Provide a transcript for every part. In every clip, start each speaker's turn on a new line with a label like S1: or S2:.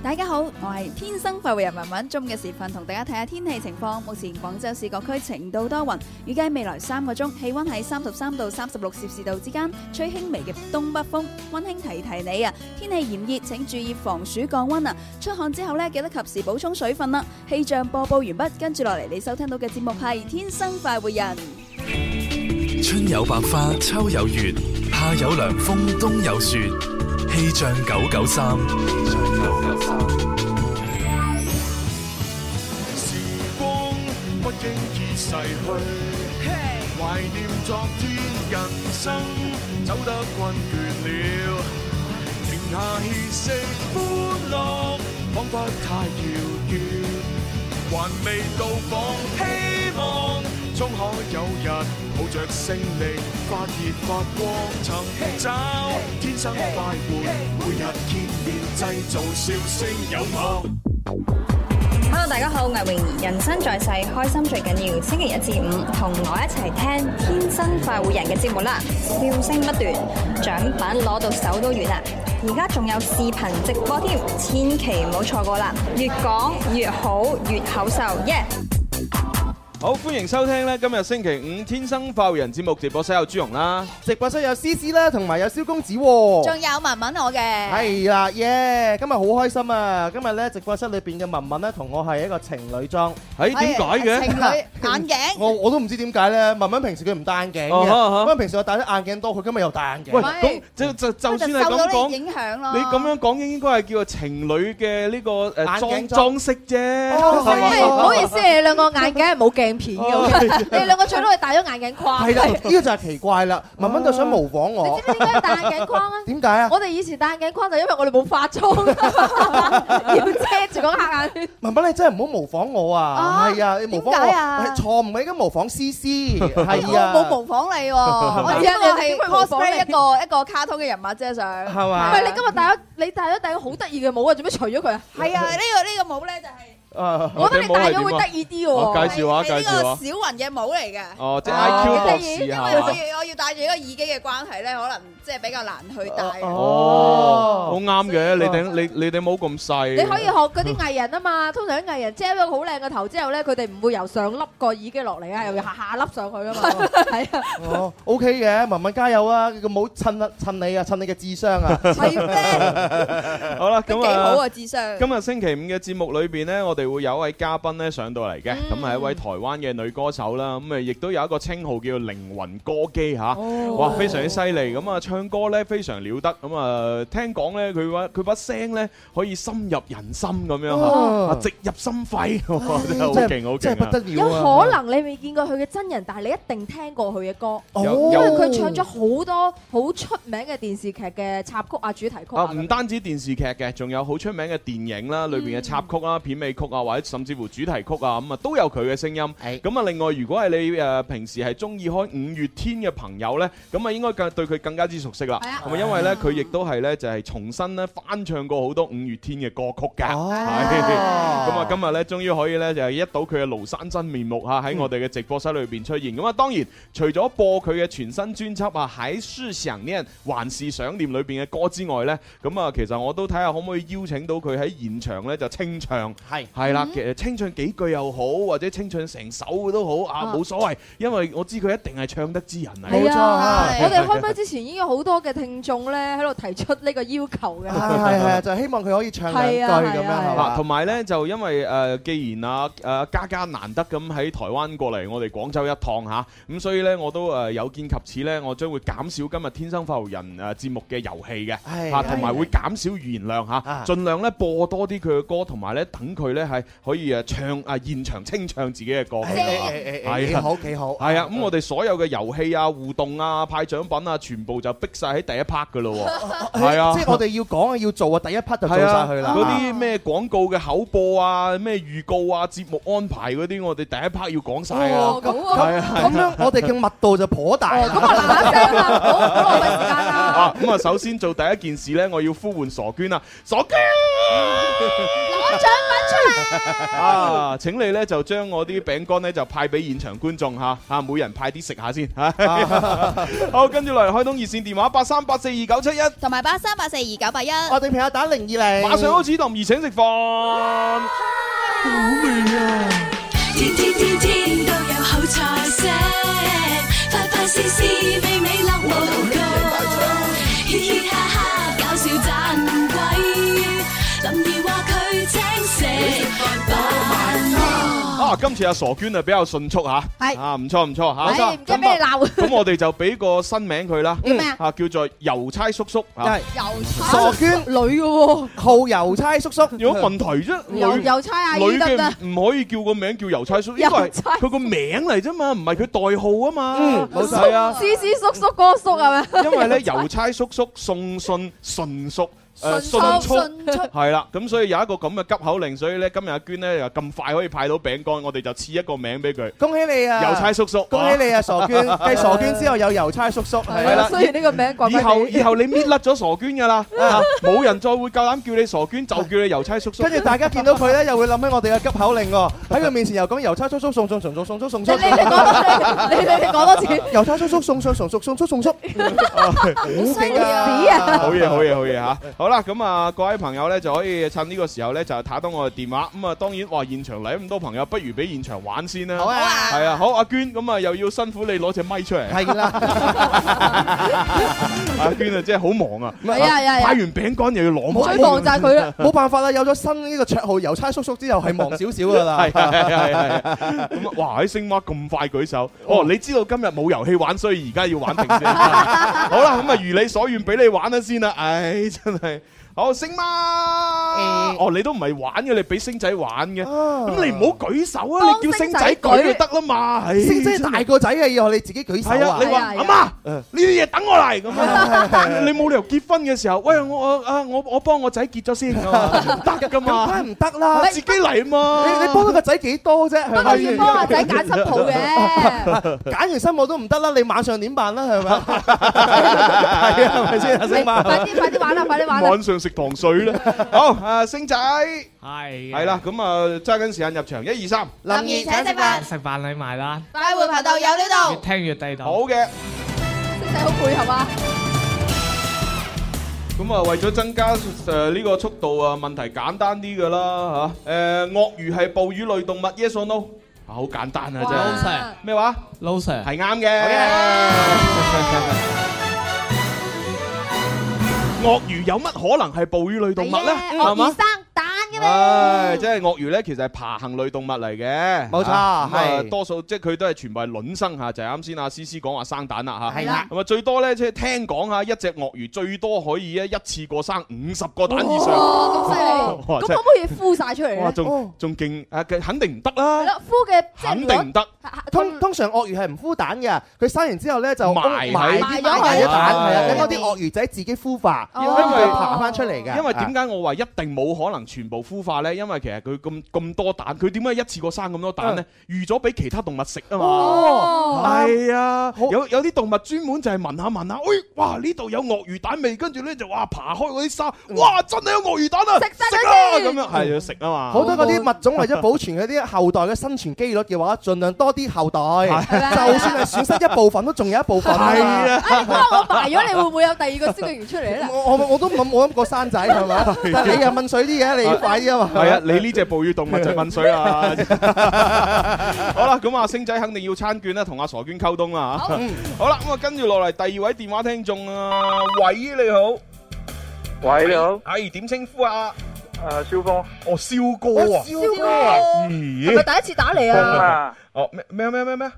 S1: 大家好，我係天生快活人文文，中午嘅時分同大家睇下天氣情況。目前廣州市各區晴到多雲，預計未來三個鐘氣温喺三十三到三十六攝氏度之間，吹輕微嘅東北風。温馨提提你啊，天氣炎熱，請注意防暑降温啊！出汗之後呢，記得及時補充水分啦。氣象播報完畢，跟住落嚟你收聽到嘅節目係《天生快活人》。
S2: 春有百花，秋有月，夏有涼風，冬有雪。氣象九九三，
S3: 時光不經意逝去，懷念昨天，人生走得困倦了，停下歇息，歡樂彷彿太遙遠，還未到訪，希望終可有日抱着勝利發熱發光，尋找天生快活，每日見面製造笑聲有我。
S4: Hello，大家好，我係泳兒，人生在世，開心最緊要。星期一至五，同我一齊聽《天生快活人》嘅節目啦，笑聲不斷，獎品攞到手都軟啦。而家仲有視頻直播添，千祈唔好錯過啦！越講越好，越口秀，耶、
S5: 好，歡迎收聽咧，今日星期五《天生快活人》節目，直播室有朱容啦，
S6: 直播室有詩詩啦，同埋有蕭公子喎。
S1: 仲有文文我嘅，
S6: 係啦，耶！今日好開心啊！今日咧直播室裏邊嘅文文咧，同我係一個情侶裝。
S5: 誒點解
S1: 情
S5: 嘅？
S1: 侶眼鏡，
S6: 我我都唔知點解咧。文文平時佢唔戴眼鏡
S5: 啊
S6: 嘅，
S5: 哈啊哈
S6: 文文平時我戴啲眼鏡多，佢今日又戴眼
S5: 喂，
S6: 鏡。
S5: 咁就就就
S1: 佢
S5: 算
S1: 就
S5: 係
S1: 受到
S5: 咁講，
S1: 你影響咯。
S5: 你咁樣講應該係叫做情侶嘅呢個誒
S6: 眼
S5: 裝
S6: 鏡
S5: 裝飾啫，
S6: 哦
S5: 係嘛
S6: 係
S7: 唔好意思，你兩個眼鏡係冇鏡片嘅，你哋兩個最多係戴咗眼鏡框。
S6: 哦啊係啦， 呢個就係奇怪啦。文文就想模仿
S7: 你
S6: 我
S7: 知，唔知點解戴眼鏡框啊？
S6: 點解啊？
S7: 我哋以前戴眼鏡框就因為我哋冇化 妝，要遮住個黑眼圈。
S6: 文文你真係唔好模仿我啊！
S7: 啊
S6: 係啊，你模仿
S7: 點
S6: 我
S7: 解啊
S6: 係錯誤嘅，應該模仿詩 詩。係
S1: 我
S6: 啊，
S1: 冇模仿你喎，我只不過係 cosplay 一個一個卡通嘅人物啫，想
S6: 係
S7: 唔
S6: 嘛？
S7: 係你今日戴咗你戴咗戴個好得意嘅帽啊，做咩除咗佢啊？
S1: 係啊，呢個呢個帽咧就係。
S6: 啊
S7: 我覺得你戴
S5: 我
S7: 咗
S5: 哋
S7: 會
S5: 帽係點啊
S7: 得意啲
S5: 我介
S7: 喎。
S5: 紹下，
S1: 係
S5: 介
S1: 呢
S5: 紹
S1: 個
S5: 下。
S1: 小雲嘅帽嚟嘅。
S5: 哦，即係
S6: 啊
S5: IQ 博
S7: 幾得
S5: 士
S1: 因
S7: 意
S1: 為
S5: 係
S1: 我
S5: 嘛？
S1: 要我要戴住呢個耳機嘅關係咧，可能即係比較難去戴。啊
S6: 哦
S5: 哦，好啱嘅，你
S6: 所以
S5: 頂你你哋冇咁細。
S7: 你可以學嗰啲藝人啊嘛，通常啲藝人遮咗個好靚嘅頭之後咧，佢哋唔會由上笠個耳機落嚟啊，又要下下笠上去 啊嘛。係啊，
S6: 哦，OK 嘅，文文加油啊！佢冇襯啊襯你啊，襯你嘅智商啊！
S1: 係咩？
S5: 好啦，
S1: 都
S5: 咁
S1: 幾好
S5: 啊。
S1: 啊，智商。
S5: 今日星期五嘅節目裏邊呢，我哋會有一位嘉賓咧上到嚟嘅，咁係一位台灣嘅女歌手啦，咁啊亦都有一個稱號叫做靈魂歌姬嚇，哇非常之犀利，咁啊唱歌咧非常了得，咁啊聽講咧佢把佢把聲咧可以深入人心咁樣嚇，
S6: 哦
S5: 啊直入心肺， 哇真係好
S6: 真係
S5: 勁好
S6: 真係
S5: 勁
S6: 不
S5: 啊！
S6: 得了
S7: 有
S6: 啊
S7: 可能你未見過佢嘅真人，但係你一定聽過佢嘅歌。
S6: 哦
S5: 有
S7: 因為佢唱咗好多好出名嘅電視劇嘅插曲啊、主題曲
S5: 啊，
S7: 咁
S5: 唔
S7: 樣
S5: 單止電視劇嘅，仲有好出名嘅電影啦，裏邊嘅插曲
S7: 嗯
S5: 啦、片尾曲啊，或者甚至乎主題曲啊，咁啊都有佢嘅聲音。
S6: 係
S5: 咁啊，另外如果係你誒平時係中意開五月天嘅朋友呢，咁啊應該更對佢更加之熟悉啦。
S7: 係啊
S5: 咁啊，因為呢，佢亦都係呢，就係重新呢翻唱過好多五月天嘅歌曲㗎。
S6: 哦
S5: 係咁啊，今日咧，終於可以咧，就係一睹佢嘅廬山真面目嚇，喺
S6: 嗯
S5: 我哋嘅直播室裏邊出現。咁啊，當然除咗播佢嘅全新專輯啊，喺書上呢還是想念裏邊嘅歌之外咧，咁啊，其實我都睇下可唔可以邀請到佢喺現場咧就清唱。
S6: 係嗯
S5: 係啦，其實清唱幾句又好，或者清唱成首都好啊，
S7: 啊
S5: 冇所謂，因為我知佢一定係唱得之人嚟。
S6: 冇錯啊
S7: 我哋開麥之前已經有好多嘅聽眾咧喺度提出呢個要求嘅。
S6: 係係係，就係希望佢可以唱兩句咁樣係
S5: 啊，
S6: 嘛
S5: 同埋咧就因為誒、呃既然啊誒家家難得咁喺台灣過嚟我哋廣州一趟嚇，咁、所以咧我都誒、呃有見及此咧，我將會減少今日天生發育人誒節目嘅遊戲嘅。
S6: 係
S5: 嚇，同埋會減少語言量嚇
S6: 啊，
S5: 盡量咧播多啲佢嘅歌，同埋咧等佢咧係可以誒唱啊現場清唱自己嘅歌。啊
S6: 誒誒誒誒幾好幾好
S5: 係啊，咁我哋所有嘅遊戲啊、互動啊、派獎品啊，全部就逼晒喺第一 part 噶咯喎。係啊，
S6: 即係我哋要講嘅要做啊，第一 part 就做晒佢啦
S5: 嗰啲咩廣告嘅口播啊、咩預告啊、節目安排嗰啲，我哋第一 part 要講晒啊
S7: 哦，。咁啊，
S6: 咁樣我哋嘅密度就頗大
S7: 哦咁我嗱嗱聲啦，唔好唔好浪費時間啦。
S5: 啊，咁啊，首先做第一件事呢，我要呼喚傻娟啊，傻娟，啊，請你咧就將我啲餅乾咧就派俾現場觀眾嚇嚇，每人派啲食下先嚇。 好，跟住落嚟開通熱線電話八三八四二九七一，
S1: 同埋八三八四二九八一。
S6: 我哋朋友打零二零，
S5: 馬上開始林怡請食飯。
S8: 天天天天都有好菜色，快快事事美美樂無窮，嘻嘻哈哈搞笑盞鬼，林兒話佢請食飯。
S5: 啊，今次阿傻娟啊比較迅速嚇，
S7: 係
S5: 啊唔錯唔錯嚇。
S7: 唉唔知俾你 鬧，
S5: 咁我哋就俾個新名佢啦，
S7: 叫咩啊？
S5: 啊叫做郵差叔叔啊，
S6: 係
S7: 郵
S6: 傻
S7: 差
S6: 娟
S7: 女嘅喎，
S6: 號郵差叔叔，
S5: 有乜問 題啫？
S7: 郵
S5: 女
S7: 郵差阿姨
S5: 女
S7: 得唔得
S5: 嘅？唔唔可以叫個名叫郵差叔，因為
S7: 郵差
S5: 佢個名嚟啫嘛，唔係佢代號啊嘛
S6: 嗯，冇錯
S5: 係啊。
S7: 斯斯叔叔嗰個叔係咪？
S5: 因為咧 郵差叔叔送信迅速誒迅
S7: 速
S5: 速
S7: 迅速
S5: 係啦，咁所以有一個咁嘅急口令，所以咧今日阿娟咧又咁快可以派到餅乾，我哋就賜一個名俾佢，
S6: 恭喜你啊！
S5: 郵差叔叔。
S6: 恭喜你啊，傻 娟！繼傻娟之後有郵差叔叔，係
S7: 係
S5: 啦
S7: 啦， 雖然呢個名
S5: 啊！
S7: 怪
S5: 以
S7: 怪
S5: 後
S7: 地
S5: 以後你搣甩咗傻娟噶啦，啊冇人再會夠膽叫你傻娟，就叫你郵差叔叔
S6: 跟。住 大家見到佢咧，又會諗起我哋嘅急口令喎。喺佢面前又講郵差叔叔送送送送送送送
S7: 你
S6: 送
S7: 你，你講多你你你講多次，
S6: 郵差叔叔送送送送送送送送，好勁
S7: 犀利啊
S5: 好嘢，好嘢，好嘢嚇！好啦，咁啊，各位朋友咧就可以趁呢個時候咧就打通我嘅電話。咁啊，當然哇，現場嚟咁多朋友，不如俾現場玩先啦。
S6: 好啊
S5: 係啊，好阿娟，咁啊又要辛苦你攞隻咪出嚟。
S6: 係啦，
S5: 阿娟啊，真係好忙啊！
S7: 係啊係啊係啊
S5: 派完餅乾又要攞咪。
S7: 最忙就係佢啦。
S6: 冇辦法啦，有咗新呢個綽號郵差叔叔之後係忙少少噶 啦
S5: 係。係係係係咁啊！哇！喺星媽咁快舉手，哦，你知道今日冇遊戲玩，所以而家要玩定先。 好啦，咁啊如你所願，俾你玩咗先啦。唉，真係好星媽。哦，你都唔係玩嘅，你俾星仔玩嘅。咁你唔好舉手啊！你叫星仔舉就得啦嘛。唉
S6: 星仔大個仔係要你自己舉手
S5: 係啊，你
S6: 啊！
S5: 話
S7: 係啊係
S5: 阿
S7: 啊
S5: 媽
S6: 嗯
S5: 呢啲嘢等我嚟咁 啊！你冇理由結婚嘅時候，喂我我啊我我幫我仔結咗先咁 啊，唔得噶
S6: 咁
S5: 嘛，
S6: 梗唔得啦！
S5: 自己嚟嘛。
S6: 你你幫到個仔幾多啫？
S7: 不
S6: 係
S7: 過
S6: 咪
S7: 要幫阿仔揀新抱嘅，
S6: 揀完新抱都唔得啦，你晚上點辦啦？係咪？係啊，係咪先啊，星媽？
S7: 快啲快啲玩啦，啊快啲玩啦！
S5: 晚上食糖水啦。好，啊星仔，係
S9: 係
S5: 啦，，咁啊揸緊時間入場，一二三，
S6: 林
S1: 怡請食飯
S9: 食飯你埋啦，
S1: 快活頻道有料到
S9: 越。聽越地道。
S5: 好嘅。
S7: 星仔好配合啊！
S5: 咁啊，為咗增加誒呢個速度啊，問題簡單啲㗎啦嚇。誒鱷魚係哺乳類動物，yes or no？啊，好簡單啊，真
S9: 老
S5: 係。
S9: Sir，
S5: 咩話？
S9: 老 Sir，
S5: 係啱嘅。 鱷魚有乜可能係哺乳類動物咧？係
S7: 鱷魚
S5: 嘛？
S7: 生蛋嘅
S5: 唉，
S7: 咧，
S5: 即係鱷魚咧，其實係爬行類動物嚟嘅，
S6: 冇錯
S5: 啊咁啊
S6: 係
S5: 多數即係佢都係全部係卵生嚇，就係啱先阿思思講話生蛋啦嚇。
S6: 係啦
S5: 咁啊，最多咧即係聽講嚇，一隻鱷魚最多可以咧一次過生五十個蛋以上。
S7: 哇，咁犀啊利！
S5: 哇
S7: 咁
S5: 真係
S7: 可唔可以孵晒出嚟
S5: 哇，
S7: 咧？
S5: 仲仲勁啊！佢肯定唔得
S7: 係
S5: 啦，
S7: 咯，孵嘅即係
S5: 肯定唔得。
S6: 通通常鱷魚係唔孵蛋嘅，佢生完之後咧就
S5: 埋
S6: 埋
S7: 埋
S6: 埋
S7: 咗佢
S6: 咗蛋，係啊，
S5: 係
S6: 等嗰啲鱷魚仔自己孵化，
S7: 哦
S6: 跟住爬翻出嚟嘅。
S5: 因為點解我話一定冇可能全部孵化咧？因為其實佢咁咁多蛋，佢點解一次過生咁多蛋咧？預咗俾其他動物食啊嘛。
S6: 嗯哦，
S5: 係啊，
S6: 好
S5: 有有啲動物專門就係聞下聞下，喂，哇呢度有鱷魚蛋味，跟住咧就哇爬開嗰啲沙，
S6: 嗯
S5: 哇真係有鱷魚蛋啊，
S7: 食晒佢
S5: 啦
S7: 先
S5: 咁樣係要食啊嘛。
S6: 好多嗰啲物種為咗保存嗰啲後代嘅生存機率嘅話，盡量多啲後代，
S7: 啊
S6: 就算係損失一部分，都仲有一部分。
S5: 係啊，
S7: 啊！如果我埋咗你，會唔會有第二個消極魚出嚟咧？
S6: 我我我都諗冇諗過生仔係咪？但係你又問水啲嘅，你快啲啊嘛。
S5: 係啊，你呢只哺乳動物就係噴水啦。好啦，咁阿啊星仔肯定要餐券啦，同阿傻娟溝通啦嚇。好啦，咁啊跟住落嚟第二位電話聽眾啊，喂你好，
S10: 喂，你好，
S5: 係點稱呼啊？
S10: 诶，蕭峰，
S5: 哦，肖哥啊，
S7: 超哥係
S5: 咦
S7: 咪？第一次打嚟
S10: 峰
S7: 啊？
S10: 啊，
S5: 哦咩咩咩咩咩？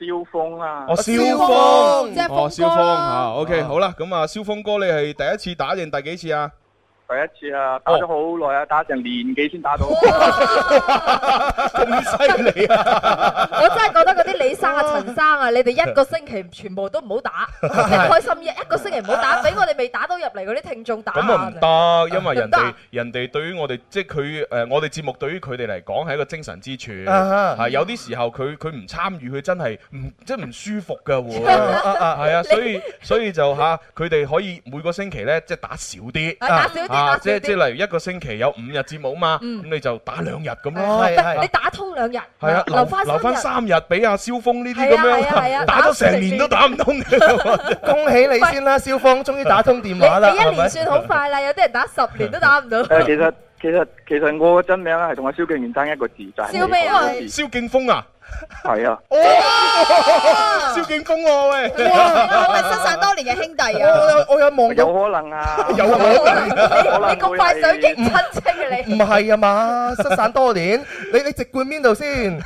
S10: 蕭峰啊，
S5: 哦，肖
S6: 蕭
S5: 峰。
S7: 即係
S5: 哦，
S7: 峰
S5: 蕭
S7: 哥
S5: 峰
S7: 啦
S5: 嚇。，OK，好啦，咁啊，蕭峰哥，你係第一次打定第幾次啊？
S10: 第一次啊，打咗好耐啊，打成年幾先打到，
S5: 哦咁犀利啊！
S7: 我真係覺得嗰啲李生啊、陳生啊，你哋一個星期全部都唔好打，你開心嘅一個星期唔好打，俾我哋未打到入嚟嗰啲聽眾打下
S5: 咁啊唔得，因 為人哋
S7: 唔得
S5: 人哋對於我哋即係佢誒，我哋節目對於佢哋嚟講係一個精神支柱。
S6: 啊哈
S5: 係有啲時候佢佢唔參與，佢真係唔即係唔舒服㗎 會。
S6: 啊啊
S5: 係啊，所以所以就嚇佢哋可以每個星期咧，即係打少啲。
S7: 啊打少啲，打
S5: 啊，
S7: 少
S5: 即係即
S7: 啲，
S5: 係例如一個星期有五日節目嘛，
S7: 嗯
S5: 咁你就打兩日咁
S6: 哦
S5: 咯。
S6: 係係
S7: 唔你打通兩日，
S5: 係啊，留
S7: 留翻
S5: 留翻
S7: 日。
S5: 三日俾阿蕭峰呢啲咁
S7: 係啊係啊係
S5: 樣，
S7: 啊
S5: 打咗成年都打唔通 嘅。
S6: 恭喜你先啦，蕭峰終於打通電
S7: 你
S6: 話啦，
S7: 你
S6: 係
S7: 一
S6: 咪
S7: 年？算好快啦，有啲人打十年都打唔到。
S10: 誒，其實其實其實我個真名係同阿蕭敬元爭一個字，就係
S7: 蕭咩啊
S10: 你
S5: 蕭敬峰啊，
S10: 講嘅字係啊，
S5: 蕭敬峰喎喂，
S6: 我有我有望
S10: 有
S6: 到，
S10: 可能啊，
S5: 有可能
S10: 可能
S7: 你咁快想激
S10: 會係
S7: 親戚啊
S6: 唔
S7: 你？
S6: 係啊嘛，失散多年，你你籍貫邊度先？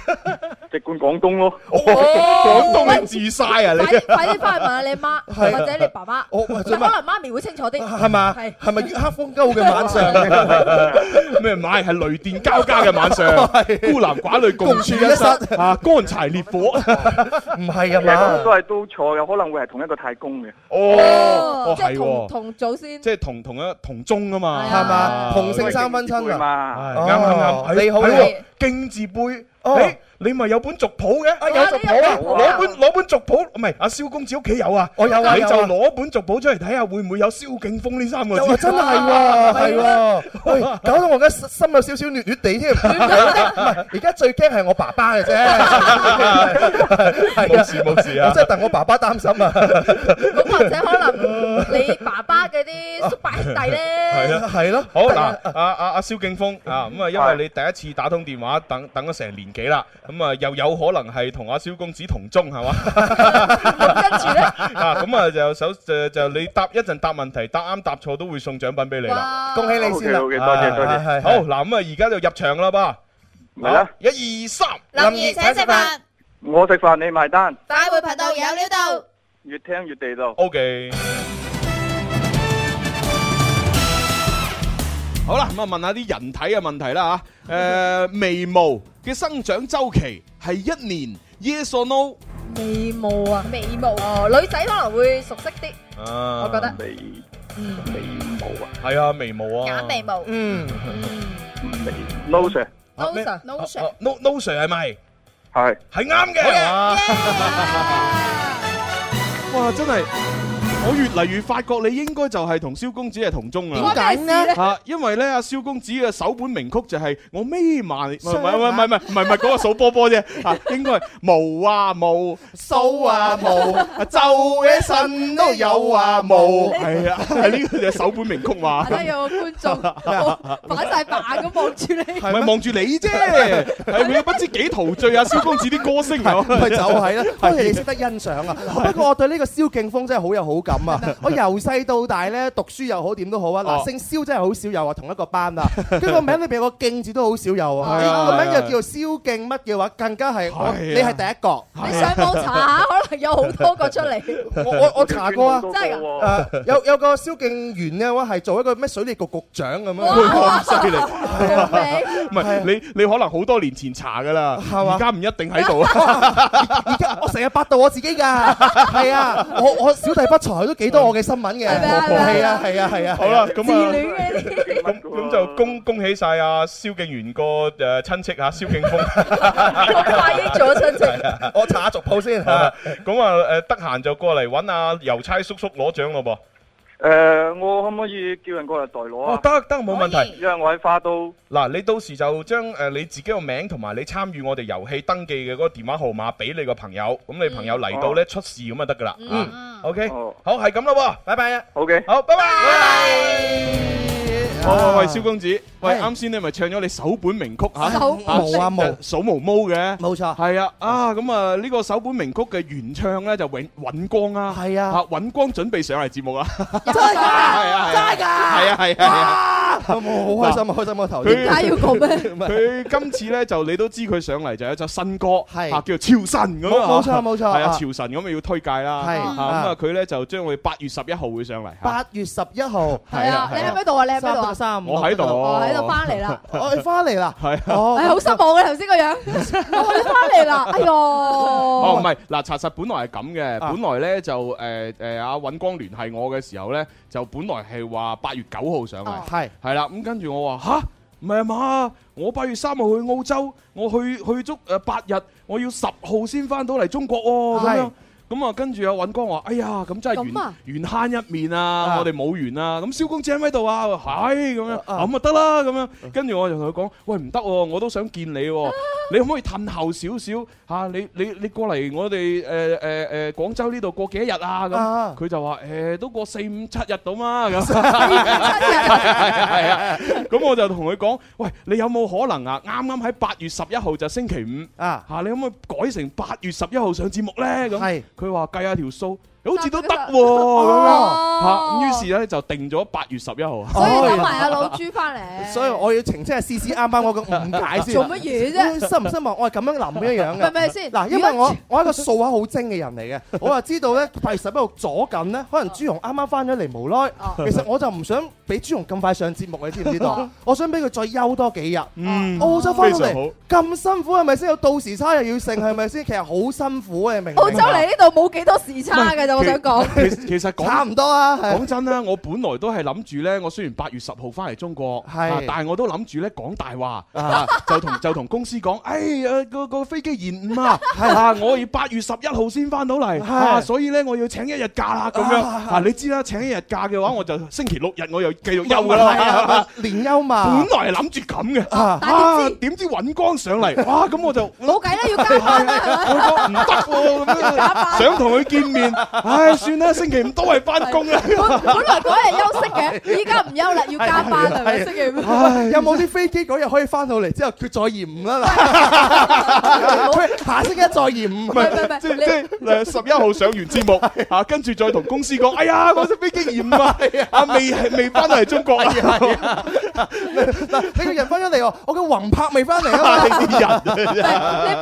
S10: 直管廣東咯。
S5: 哦廣東你自晒啊你
S7: 快！啲快啲翻去問下你媽
S6: 係
S7: 或者你爸爸，
S6: 我
S7: 唔
S6: 喂
S7: 係
S6: 做
S7: 可
S6: 乜
S7: 能媽咪會清楚啲。
S6: 係嘛？
S7: 係
S6: 係咪月黑風鳩嘅晚上？
S5: 咩唔係係雷電交加嘅晚上，孤男寡女共處一室啊，乾柴烈火。
S6: 唔係啊
S10: 其實咁都
S6: 嘛？
S10: 係都錯嘅，可能會係同一個太公嘅。
S5: 哦，哦
S7: 即
S5: 係
S7: 係同
S5: 喎，
S7: 同 祖先。
S5: 即係同同一同宗啊嘛，
S7: 係
S6: 係嘛？同
S10: 因
S6: 姓
S10: 為
S6: 三分
S10: 敬
S6: 親
S10: 字輩
S6: 啊！
S10: 嘛，
S5: 係
S6: 哦
S5: 啱啱啱，
S6: 你好
S5: 係
S6: 你
S5: 喎敬字輩，
S6: 哦
S5: 誒你咪有本族譜嘅。
S6: 啊，有族譜啊！
S10: 哇
S5: 攞本攞本族譜，唔係阿蕭公子屋企有啊，
S6: 我有啊
S5: 你就
S6: 有啊
S5: 攞本族譜出嚟睇下會唔會有蕭敬峰呢三個
S6: 又話
S5: 字。
S6: 真係 喎，係喎，喂，搞到我而家心有少少暖暖地添。唔係，而家最驚係我爸爸 嘅啫。係
S5: 冇
S6: 啊
S5: 事冇事啊
S6: 我真係戥我爸爸擔心啊。
S7: 咁或者可能你爸 爸嗰啲叔伯兄弟
S5: 係
S7: 咧，
S5: 啊
S6: 係咯，
S5: 好嗱，阿阿阿蕭敬峰啊，咁啊，因為你第一次打通電話，等等咗成年幾啦，咁啊又有可能係同阿蕭公子同宗係嘛？
S7: 咁跟住咧，
S5: 啊，咁啊就首就就你答一陣答問題，答啱答錯都會送獎品俾你啦。
S7: 哇！
S6: 恭喜你先啦
S10: OK，OK，多謝多謝
S6: 係係
S5: 好嗱，咁啊而家就入場啦噃，
S10: 嚟啦！
S5: 一二三，
S6: 林兒請食飯，
S10: 我食飯你埋單，
S7: 快活頻道有料到，
S10: 越聽越地道。
S5: O K。好啦，咁啊問下啲人體嘅問題啦吓，誒、眉毛嘅生長周期係一年，yes or no？
S7: 眉毛啊，眉毛哦，女仔可能會熟悉啲，
S5: 啊
S7: 我覺得
S10: 眉
S7: 嗯，
S10: 眉毛啊，
S5: 係啊，眉毛啊，
S7: 眼眉毛，
S5: Ừ.
S6: 嗯，
S10: 眉 no sir
S5: 啊咩
S7: Sir，
S5: 啊啊 no no sir 係咪？
S10: 係
S5: 係啱嘅。哇哇，真係我越嚟越發覺你應該就係同蕭公子係同宗啦。
S6: 解呢？
S5: 啊，因為咧，阿蕭公子嘅首本名曲就係我眯埋，唔係唔係唔係唔係唔係唔係嗰個數波波啫，啊，應該係毛啊毛，
S6: 數啊毛，
S5: 皺起身都有啊毛，係啊，係呢個就係首本名曲嘛，
S7: 睇有 個觀眾反晒白眼咁望住你，
S5: 唔係望住你啫，係佢不知幾陶醉啊，蕭公子啲歌聲
S6: 咪就
S5: 啊。
S6: 係啦，多謝你識得欣賞啊！不過我對呢個蕭敬峰真係好有好 感啊！我由細到大咧，讀書又好，點都好啊！
S5: 哦
S6: 嗱，姓蕭真係好少有啊，同一個班啊，跟住個名裏邊有個敬字都好少有啊！
S5: 係啊
S6: 個名又叫做蕭敬乜嘅話，更加係我
S5: 係啊啊
S6: 你係第一個。
S7: 你上網查下，可能有好多 個出嚟，
S6: 我我我查過啊
S10: 真，
S7: 真係
S10: 係
S6: 誒有有個蕭敬元嘅話係做一個咩水利局局長咁
S5: 佢
S6: 樣。
S5: 咁 犀利，唔
S7: 個名。
S5: 係你你可能好多年前查噶啦，
S6: 係嘛
S5: 而家唔一定喺度啊。
S6: 而家我成日百度我自己㗎，係啊，我我小弟不才都幾多我嘅新聞嘅，
S7: 係咪啊
S6: 係啊係啊係啊。
S5: 好啦，咁啊。
S7: 戀嘅呢啲
S5: 咁咁就恭恭喜晒阿蕭敬元個誒親戚嚇蕭敬峰，
S7: 咁快已經做咗親戚，
S6: 我查下族譜
S5: 咁
S6: 先
S5: 啊誒得閒就過嚟揾阿郵差叔叔攞獎咯噃。
S10: 誒，我可唔可以叫人過嚟代攞
S5: 哦
S10: 啊，？
S5: 得得冇問題。
S10: 因為我喺花都。
S5: 嗱，你到時就將誒你自己個名同埋你參與我哋遊戲登記嘅嗰個電話號碼俾你個朋友，咁你朋友嚟到呢出事咁就得㗎啦。嗯，OK，
S10: 哦
S5: 好係咁啦喎，拜拜啊，
S10: 好嘅。
S5: 好，拜拜。喂
S6: 啊
S5: 喂喂，蕭公子，喂，
S6: 係
S5: 啱先你咪唱咗你首本名曲嚇，
S7: 手
S6: 哎毛啊毛，
S5: 數毛毛嘅。
S6: 冇錯，
S5: 係啊，啊咁啊呢個首本名曲嘅原唱咧就永尹光啊，
S6: 係啊
S5: 尹光準備上嚟節目啊，
S6: 真 係㗎，
S5: 係啊係啊
S6: 真係
S5: 係
S6: 㗎，
S5: 啊係啊係啊，
S6: 啊，好開心啊，開心個頭先。
S7: 解
S5: 佢
S7: 要講咩？
S5: 佢今次咧就你都知佢上嚟就有一隻新歌，
S6: 係
S5: 啊叫做《潮神》咁啊，
S6: 冇冇錯冇錯
S5: 係啊
S6: 啊
S5: 潮神咁啊要推介啦，
S6: 係
S5: 啊
S6: 啊
S5: 咁啊佢咧就將會八月十一號會上嚟，
S6: 八月十一號，
S7: 係啊，你喺邊度啊？你喺邊度啊？
S6: 三五，
S5: 我喺度
S7: 哦，喺度翻嚟啦，
S6: 哦，你翻嚟啦，
S5: 係啊
S6: 哦，
S7: 哎，好失望嘅頭先個 樣，我你翻嚟啦，哎
S5: 哦，唔
S7: 呦，
S5: 係，嗱，查實本來係咁嘅，
S6: 啊
S5: 本來咧就誒誒阿尹光聯繫我嘅時候咧，就本來係話八月九號上嚟
S7: 哦，
S6: 係
S5: 係啦，咁跟住我話吓，唔係啊嘛，我八月三號去澳洲，我去去足誒八日，我要十號先翻到嚟中國喎，咁
S6: 係
S5: 樣。咁啊，跟住阿尹光話：哎呀，咁真係
S7: 咁啊
S5: 緣緣慳一面啊！
S6: 啊
S5: 我哋冇緣啊！咁蕭公子喺咪度啊？係咁樣，
S6: 啊
S5: 咁啊得啦咁樣。跟住我就同佢講：喂，唔得喎，我都想見你喎。你可唔可以褪後少少嚇？你你你過嚟我哋誒誒誒廣州呢度過幾多日啊？
S6: 啊
S5: 咁佢就話誒都過四五七日到嘛咁。係啊
S7: 七
S5: 係啊，咁我就同佢講：喂，你有冇可能啊？啱啱喺八月十一號就星期五
S6: 啊，
S5: 嚇，你可唔可以改成八月十一號上節目呢？咁
S6: 係
S5: 佢話計下條數，好似都得喎咁樣嚇。
S6: 哦
S7: 哦
S5: 咁於是咧就定咗八月十一號。啊
S7: 所以等埋阿老朱翻嚟，
S6: 所以我要澄清下 C C 啱啱我個誤解先。
S7: 做乜嘢啫？
S6: 失唔失望？我係咁樣 諗咁樣樣嘅。
S7: 係咪先
S6: 嗱，因為我 我係一個數學好精嘅人嚟嘅，我就知道咧八月十一號左近咧，可能朱紅啱啱翻咗嚟無耐，
S7: 哦
S6: 其實我就唔想俾朱紅咁快上節目，你知唔知 道？我想俾佢再休多幾日。
S5: 嗯
S6: 澳洲翻到
S5: 非常好
S6: 嚟咁辛苦係咪先？有到時差又要剩係咪先？其實好辛苦嘅，你明唔明啊
S7: 澳洲嚟呢度冇幾多時差嘅 啫，我想講。
S5: 其其實
S6: 差
S5: 講
S6: 唔多啊，係
S5: 講真啦，我本來都係諗住咧，我雖然八月十號翻嚟中國，
S6: 係
S5: 啊但係我都諗住咧講大話，
S6: 啊
S5: 啊就同就同公司講，哎呀個個飛機延誤啊，
S6: 係
S5: 啊我要八月十一號先翻到嚟，
S6: 係
S5: 啊所以咧我要請一日假啦咁樣，
S6: 啊
S5: 啊你知啦，請一日假嘅話我就星期六日我又繼續休
S6: 休
S5: 噶啦。
S6: 年休嘛
S5: 本。來係諗住咁嘅，
S6: 啊
S5: 啊點知尹光上嚟，哇咁我就
S7: 冇計啦，要加班啦，
S5: 我覺唔得喎咁樣， 想同佢見面，唉算啦，星期五都係翻工啦。
S7: 本本來嗰日休息嘅，依家唔休啦，要加班係咪？星期五
S6: 唉有冇啲飛機嗰日可以翻到嚟之後，佢再延誤 啦？佢下星期一再延
S5: 唔係
S6: 誤。
S5: 即係即係誒十一號上 完節目啊，跟住再同公司講，哎呀，我隻飛機延誤啊，未未翻到嚟中 國啊，
S6: 你個人翻咗嚟喎，我嘅宏柏未翻嚟 啊嘛。
S5: 啲人
S7: 你唔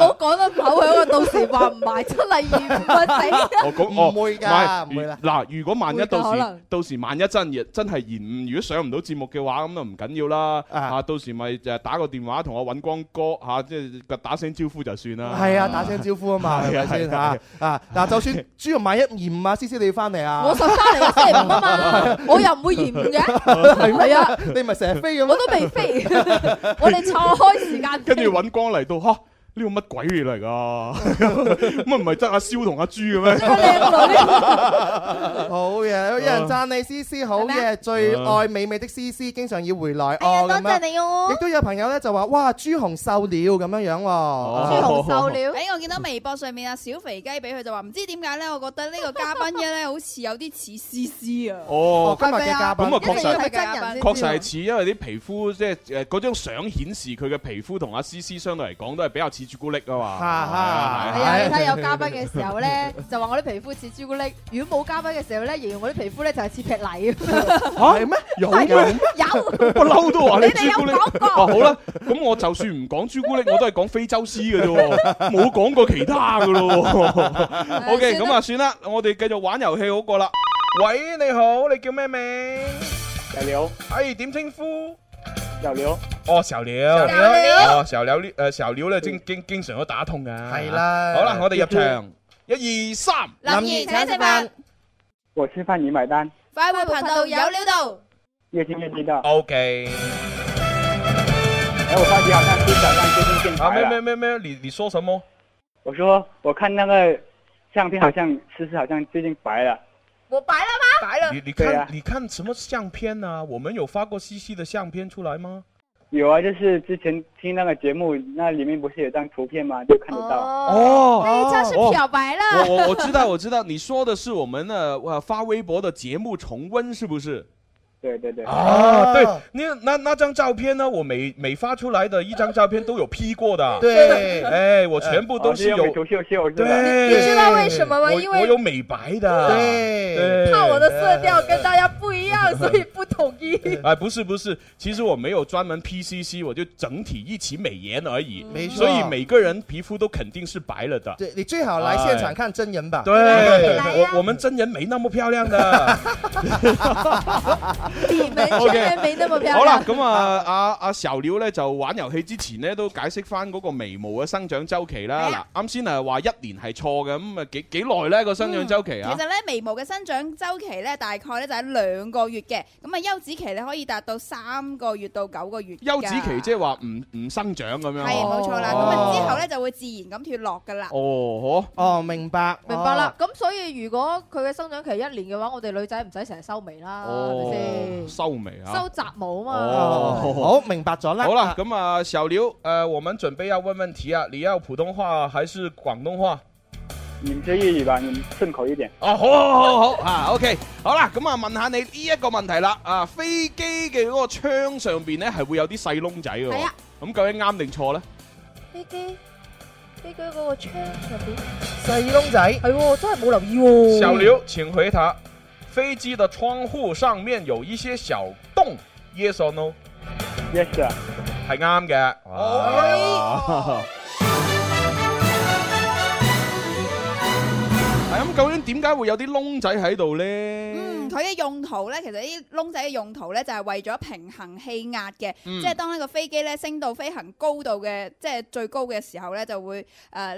S7: 好講得口響啊！到時話唔埋出嚟二五啊 死！
S5: 我講哦
S6: 唔會㗎
S5: 唔係
S6: 唔會啦
S5: 嗱，如果萬一
S7: 會㗎
S5: 到
S7: 可
S5: 時
S7: 能
S5: 到時萬一真延真係延誤，如果上唔到節目嘅話，咁就唔緊要啦。
S6: 啊
S5: 啊，到時咪就打個電話同我揾光哥嚇，即係打聲招呼就算啦。
S6: 係啊， 打聲招呼啊嘛，係咪先嚇啊？嗱，就算朱紅萬一延誤啊，思思你要翻嚟啊
S7: 我，十三嚟嘅星期五啊嘛，我又唔會延誤嘅，係啊，
S6: 你 咪成日飛咁
S7: 我
S6: 咯。
S7: 都未 飛，我哋錯開時間。
S5: 跟住揾光嚟到嚇。呢個乜鬼嘢嚟㗎？ 乜唔係得阿蕭同阿朱嘅咩？
S7: 個靚女，
S6: 好嘢，有人讚你思思好
S7: 係咩
S6: 嘢，最愛美美的思思，經常要回來
S7: 哎呀，
S6: 哦
S7: 多
S6: 咁
S7: 謝
S6: 樣。
S7: 你哦
S6: 亦。都有朋友咧就話：哇，朱紅瘦了咁樣樣
S7: 朱
S6: 喎。
S7: 紅瘦了，
S1: 喺我見到微博上面啊，小肥雞俾佢就話唔知點解咧，我覺得呢個嘉賓咧好似有啲似思思啊，
S5: 哦
S6: 哦，，今日嘅嘉賓
S5: 咁啊確
S7: 一定
S5: 實
S7: 要係真人先知道。
S5: 確實係似，因為啲皮膚即係誒嗰張相顯示佢嘅皮膚同阿思思相對嚟講都係比較似朱古力啊嘛。
S6: 哈哈
S5: 係
S7: 係啊，你睇有嘉賓嘅時候咧，就話我啲皮膚似朱古力；如果冇嘉賓嘅時候咧，形容我啲皮膚咧就係似劈泥 咁樣。
S6: 係咩？有嘅。
S7: 有
S5: 不嬲都話你
S7: 你哋有
S5: 朱古力。
S7: 講過
S5: 哦，好啦，咁我就算唔講朱古力，我都係講非洲獅嘅啫喎，冇講過其他嘅咯喎。OK，咁啊
S7: 哎
S5: 算啦，我哋繼續玩遊戲好過啦。喂，你好，你叫咩名？
S10: 小刘，
S5: 哎，點稱呼？
S10: 小刘，
S5: 哦，小廖，小廖，哦，小廖呢？誒，小廖咧經經經常都打通㗎。
S6: 係啦
S5: 好啦，我哋入場，一二三。
S1: 林怡請食飯，
S10: 我吃饭你买单，
S1: 快活頻道有料到。
S10: 越听越地道。
S5: O K，
S10: 哎，我发觉好像最早上最近变
S5: 啊，
S10: 白
S5: 没
S10: 了。
S5: 没没没，你你说什么？
S10: 我说我看那个相片，好像思思好像最近白了。
S7: 我白啦嘛，白啦。
S5: 你你
S10: 对
S5: 看、
S10: 啊
S5: 你看什么相片呢、我们有发过西西的相片出来吗？
S10: 有啊，就是之前听那个节目，那里面不是有张图片吗？就
S6: 哦
S10: 看得到。
S5: 哦。
S7: 那一张哎是漂白啦
S5: 我。我我知 道我知道，你说的是我们的呃发微博的节目重温是不是？
S10: 对对对，
S5: 啊，
S6: 啊
S5: 对，那那那张照片呢？我每每发出来的一张照片都有 P 过的，，
S6: 對。
S5: 哎，我全部
S10: 我
S5: 都是
S6: 啊
S5: 有
S10: 美，图秀秀是吧？
S7: 你知
S5: 对，
S7: 道为什么吗？
S5: 我
S7: 因
S5: 我
S7: 为
S5: 有美白的，
S6: 对
S5: 对，
S7: 怕我的色调跟大家不一样，所以不统 一。
S5: 哎，不是不是，其实我没有专门 PCC，我就整体一起美颜而已。
S6: 没错
S5: 所以每个人皮肤都肯定是白了的。
S6: 对 你最好来现场看真人版。
S5: 对，
S7: 来呀来呀
S5: 我我们真人没那么漂亮的。
S7: 你们
S5: OK
S7: 真的没那么漂亮。
S5: 好啦，咁啊，阿阿小料咧就玩遊戲之前咧都解釋翻嗰個眉毛嘅生長周期
S1: 係
S5: 啦
S1: 啊。
S5: 嗱，啱先係話一年係錯嘅，咁啊幾幾耐咧個生長周期
S1: 嗯其
S5: 啊
S1: 實？咧眉毛嘅生長周期咧大概咧就喺兩個月嘅，咁啊休止期咧可以達到三個月到九個月㗎。
S5: 休止期即係話唔唔生長咁樣。
S1: 係冇錯啦，咁
S5: 哦
S1: 啊之後咧就會自然咁脱落㗎啦。
S5: 哦，
S6: 哦，明白，
S7: 明白啦，咁所以如果佢嘅生長期一年嘅話，我哋女仔唔使成日收眉啦，
S5: 嗬，
S7: 係咪
S5: 哦，
S7: 先？
S5: 收眉啊
S7: 收。雜毛
S5: 哦
S7: 啊嘛，
S6: 哦。好，明白咗啦。
S5: 好啦，，咁啊，小刘，呃，我们准备要问问题啊，你要普通话还是广东话？
S10: 你们学粤语吧，你们顺口一点。
S5: 哦，好好好好啊，OK，好啦，咁啊，問下你呢一個問題啦，啊，飛機嘅嗰個窗上邊咧係會有啲細窿仔嘅喎，
S7: 係啊
S5: 咁究竟啱定錯咧？
S7: 飛機飛機嗰個窗上邊
S6: 細窿仔，
S7: 係喎，真係冇留意喎。
S5: 小劉，請回答，飛機的窗戶上面有一些小洞，yes or no？
S10: Yes sir，
S5: 係啱嘅。
S7: 哦
S5: 係咁，究竟點解會有啲窿仔喺度咧？
S1: 嗯，佢嘅用途咧，其實呢啲窿仔嘅用途咧，就係為咗平衡氣壓嘅，
S5: 嗯
S1: 即係當呢個飛機咧升到飛行高度嘅，即係最高嘅時候咧，就呃會誒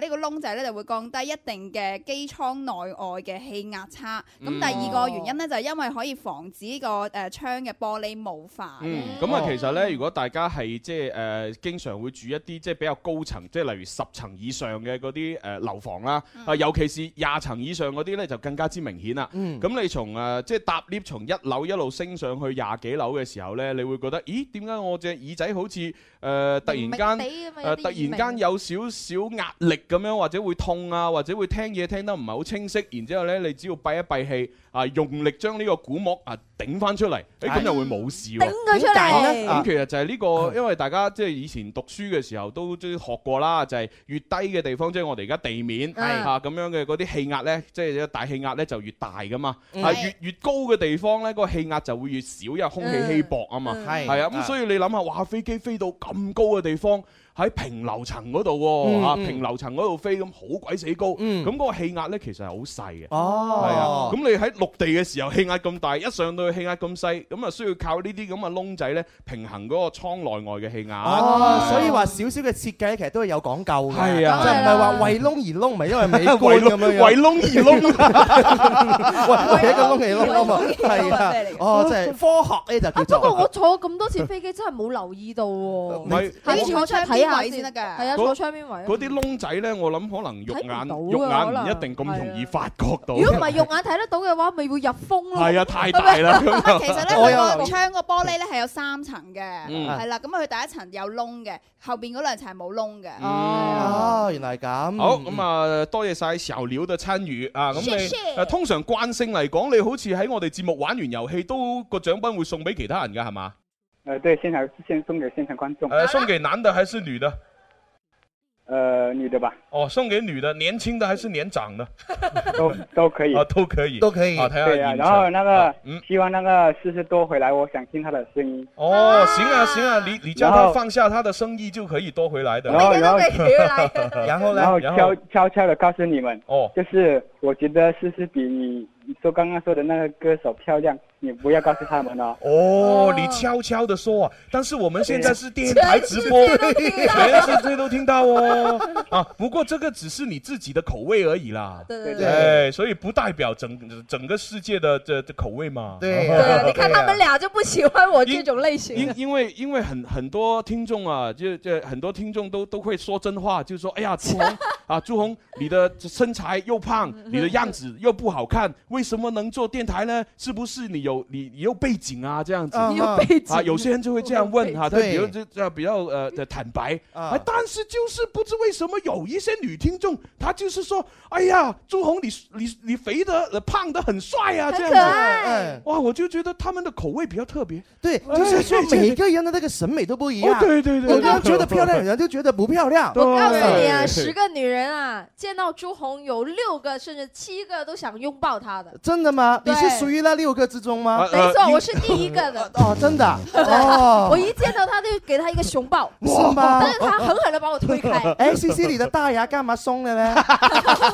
S1: 呢、個窿仔咧就會降低一定嘅機艙內外嘅氣壓差。咁、
S5: 嗯
S1: 第二個原因咧，就係因為可以防止個誒、呃窗嘅玻璃霧化。
S5: 嗯，咁
S6: 哦
S5: 啊，其實咧，如果大家係即係誒，經常會住一啲即係比較高層，即係例如十層以上嘅嗰啲誒樓房啦，啊，尤其是廿層以上嗰啲咧，就更加之明顯啦。
S6: 嗯，
S5: 咁你從誒即係搭 lift 從一樓一路升上去廿幾樓嘅時候咧，你會覺得，咦？點解我隻耳仔好似誒、呃突然間誒、
S7: 間
S5: 呃突然間有少少壓力咁樣，或者會痛啊，或者會聽嘢聽得唔係好清晰，然之後咧，你只要閉一閉氣啊，用力將呢個鼓膜啊頂翻出嚟，誒咁
S6: 係
S5: 就會冇事喎
S7: 頂。佢出
S6: 點解咧
S7: 嚟
S6: 啊
S5: 咁其實就係呢個，
S6: 啊
S5: 因為大家即係以前讀書嘅時候都即係學過啦，就係越低嘅地方，即係我哋而家地面
S7: 係
S5: 啊咁樣嘅嗰啲氣壓呢，即係大氣壓呢就越大噶嘛，
S6: 嗯
S5: 啊越越高嘅地方呢，個氣壓就會越少，因為空氣稀薄啊嘛，
S7: 嗯
S6: 係
S5: 係啊，咁所以你諗下，哇飛機飛到咁高嘅地方，喺平流層嗰度喎，
S6: 嗯
S5: 啊
S6: 嗯
S5: 平流層嗰度飛咁好鬼死高，
S6: 嗯
S5: 咁嗰個氣壓呢，其實係好細嘅。係啊，
S6: 哦，
S5: 咁你喺陸地嘅時候氣壓咁大，一上到去氣壓咁細，咁啊需要靠呢啲咁嘅窿仔咧平衡嗰個艙內外嘅氣壓。啊
S6: 哦，所以話少少嘅設計其實都係有講究嘅，
S5: 係啊
S6: 就唔係話為窿而窿，唔係因為美
S5: 為
S6: 觀
S5: 窿
S6: 咁樣樣
S5: 為，窿而 窿，
S6: 為為一個窿而窿啊嘛，係啊
S1: 為窿而窿啊真係，
S6: 哦，即係科學呢
S7: 啊！
S6: 就
S7: 不
S6: 叫
S7: 過我
S6: 做，
S7: 坐咁多次飛機真係冇留意到
S5: 唔
S7: 喎，
S5: 係
S1: 你要
S7: 下次
S1: 坐
S7: 出
S1: 窗
S7: 嚟睇下
S1: 邊位先得㗎。
S7: 係啊，
S5: 嗰
S7: 坐窗邊位啊。
S5: 嗰啲窿仔咧，我諗可能肉眼
S7: 睇唔
S5: 肉
S7: 到
S5: 眼唔
S7: 啊
S5: 一定咁容易發覺到。
S7: 如果唔係肉眼睇得到嘅話，咪會入風咯。
S5: 係啊，太大啦咁
S1: 咁啊，其實咧，
S6: 我有
S1: 佢
S6: 留
S1: 個
S6: 意
S1: 窗個玻璃咧係有三層嘅，
S5: 嗯
S1: 係啦，咁啊佢第一層有窿嘅，後邊嗰兩層係冇窿嘅。
S5: 嗯
S6: 哦，原來係咁，
S5: 好咁啊，多謝晒小料嘅參與啊！咁
S1: 謝
S5: 你
S1: 謝
S5: 誒通常慣性嚟講，你好似喺我哋節目玩完遊戲都個獎品會送俾其他人㗎係嘛？
S10: 呃，对，现场先送给现场观众，
S6: 啊
S5: 誒，送給男的還是女的？
S10: 呃，女的吧，
S5: 哦，送給女的，年輕的還是年長的？
S10: 都都可以
S5: 啊，。都可以，
S6: 都可以
S5: 啊，睇下
S10: 对啊，
S5: 現
S10: 然后
S5: 場。
S10: 那个
S5: 嗯
S10: 希望那个思思多回来，我想听她的声音。
S5: 哦，行啊行啊，你你叫
S10: 然
S5: 他
S10: 後
S5: 放下他的生意就可以多回来的
S10: 然。后然后
S6: 然後
S10: 然
S6: 呢，
S10: 后
S5: 然
S10: 悄
S5: 后
S10: 悄悄的告诉你们，
S5: 哦，
S10: 就是我觉得思思比你你说刚刚说的那个歌手漂亮，你不要告诉他们哦。
S5: 哦，你悄悄的说啊，但是我们现在是电台直播， 全世界都听到哦。啊，不过这个只是你自己的口味而已啦。
S7: 對對
S10: 對對
S7: 對。
S5: 哎，所以不代表整整个世界的这这口味嘛。哎
S6: 對
S7: 對啊，你看他們倆就不喜歡我這種類型
S5: 因。因为因为很很多听众啊，就就很多听众都都会说真话，就说哎呀，朱红啊，朱红，你的身材又
S7: 嗯
S5: 胖，你的样子又不好看，为什么能做电台呢？是不是你有你你有背景啊？这样子。
S6: 啊
S7: 你有背景
S5: 啊，有些人就会这样问啊哈，他
S6: 对
S5: 比如就就比较呃的坦白，
S6: 啊
S5: 啊，但是就是不知为什么有一些女听众，她就是说，哎呀，朱红你你你肥的呃胖的很帅啊，这样
S7: 可
S5: 子，
S7: 愛
S6: 嗯，
S5: 哇，我就觉得他们的口味比较特别，
S6: 對，就是說每一個人的那個審美都不一
S5: 哎哦，
S6: 樣。
S5: 对对对，
S6: 我
S5: 对
S6: 刚觉得漂亮的人就覺得不漂亮，
S5: 对
S7: 我告訴你啊，十個女人啊，见到朱红有六个甚至七个都想拥抱她的。
S6: 真的吗？你
S7: 对
S6: 是属于那六个之中
S5: 呃
S6: 吗？
S7: 没错，我是第一个 的。
S6: 哦，真的啊，
S7: 我
S6: 哦，
S7: 一见到她就给她一个熊抱，
S6: 是吗
S7: 但？是她狠狠的把我推开。
S6: 哎，C C，你的大牙干嘛松了呢？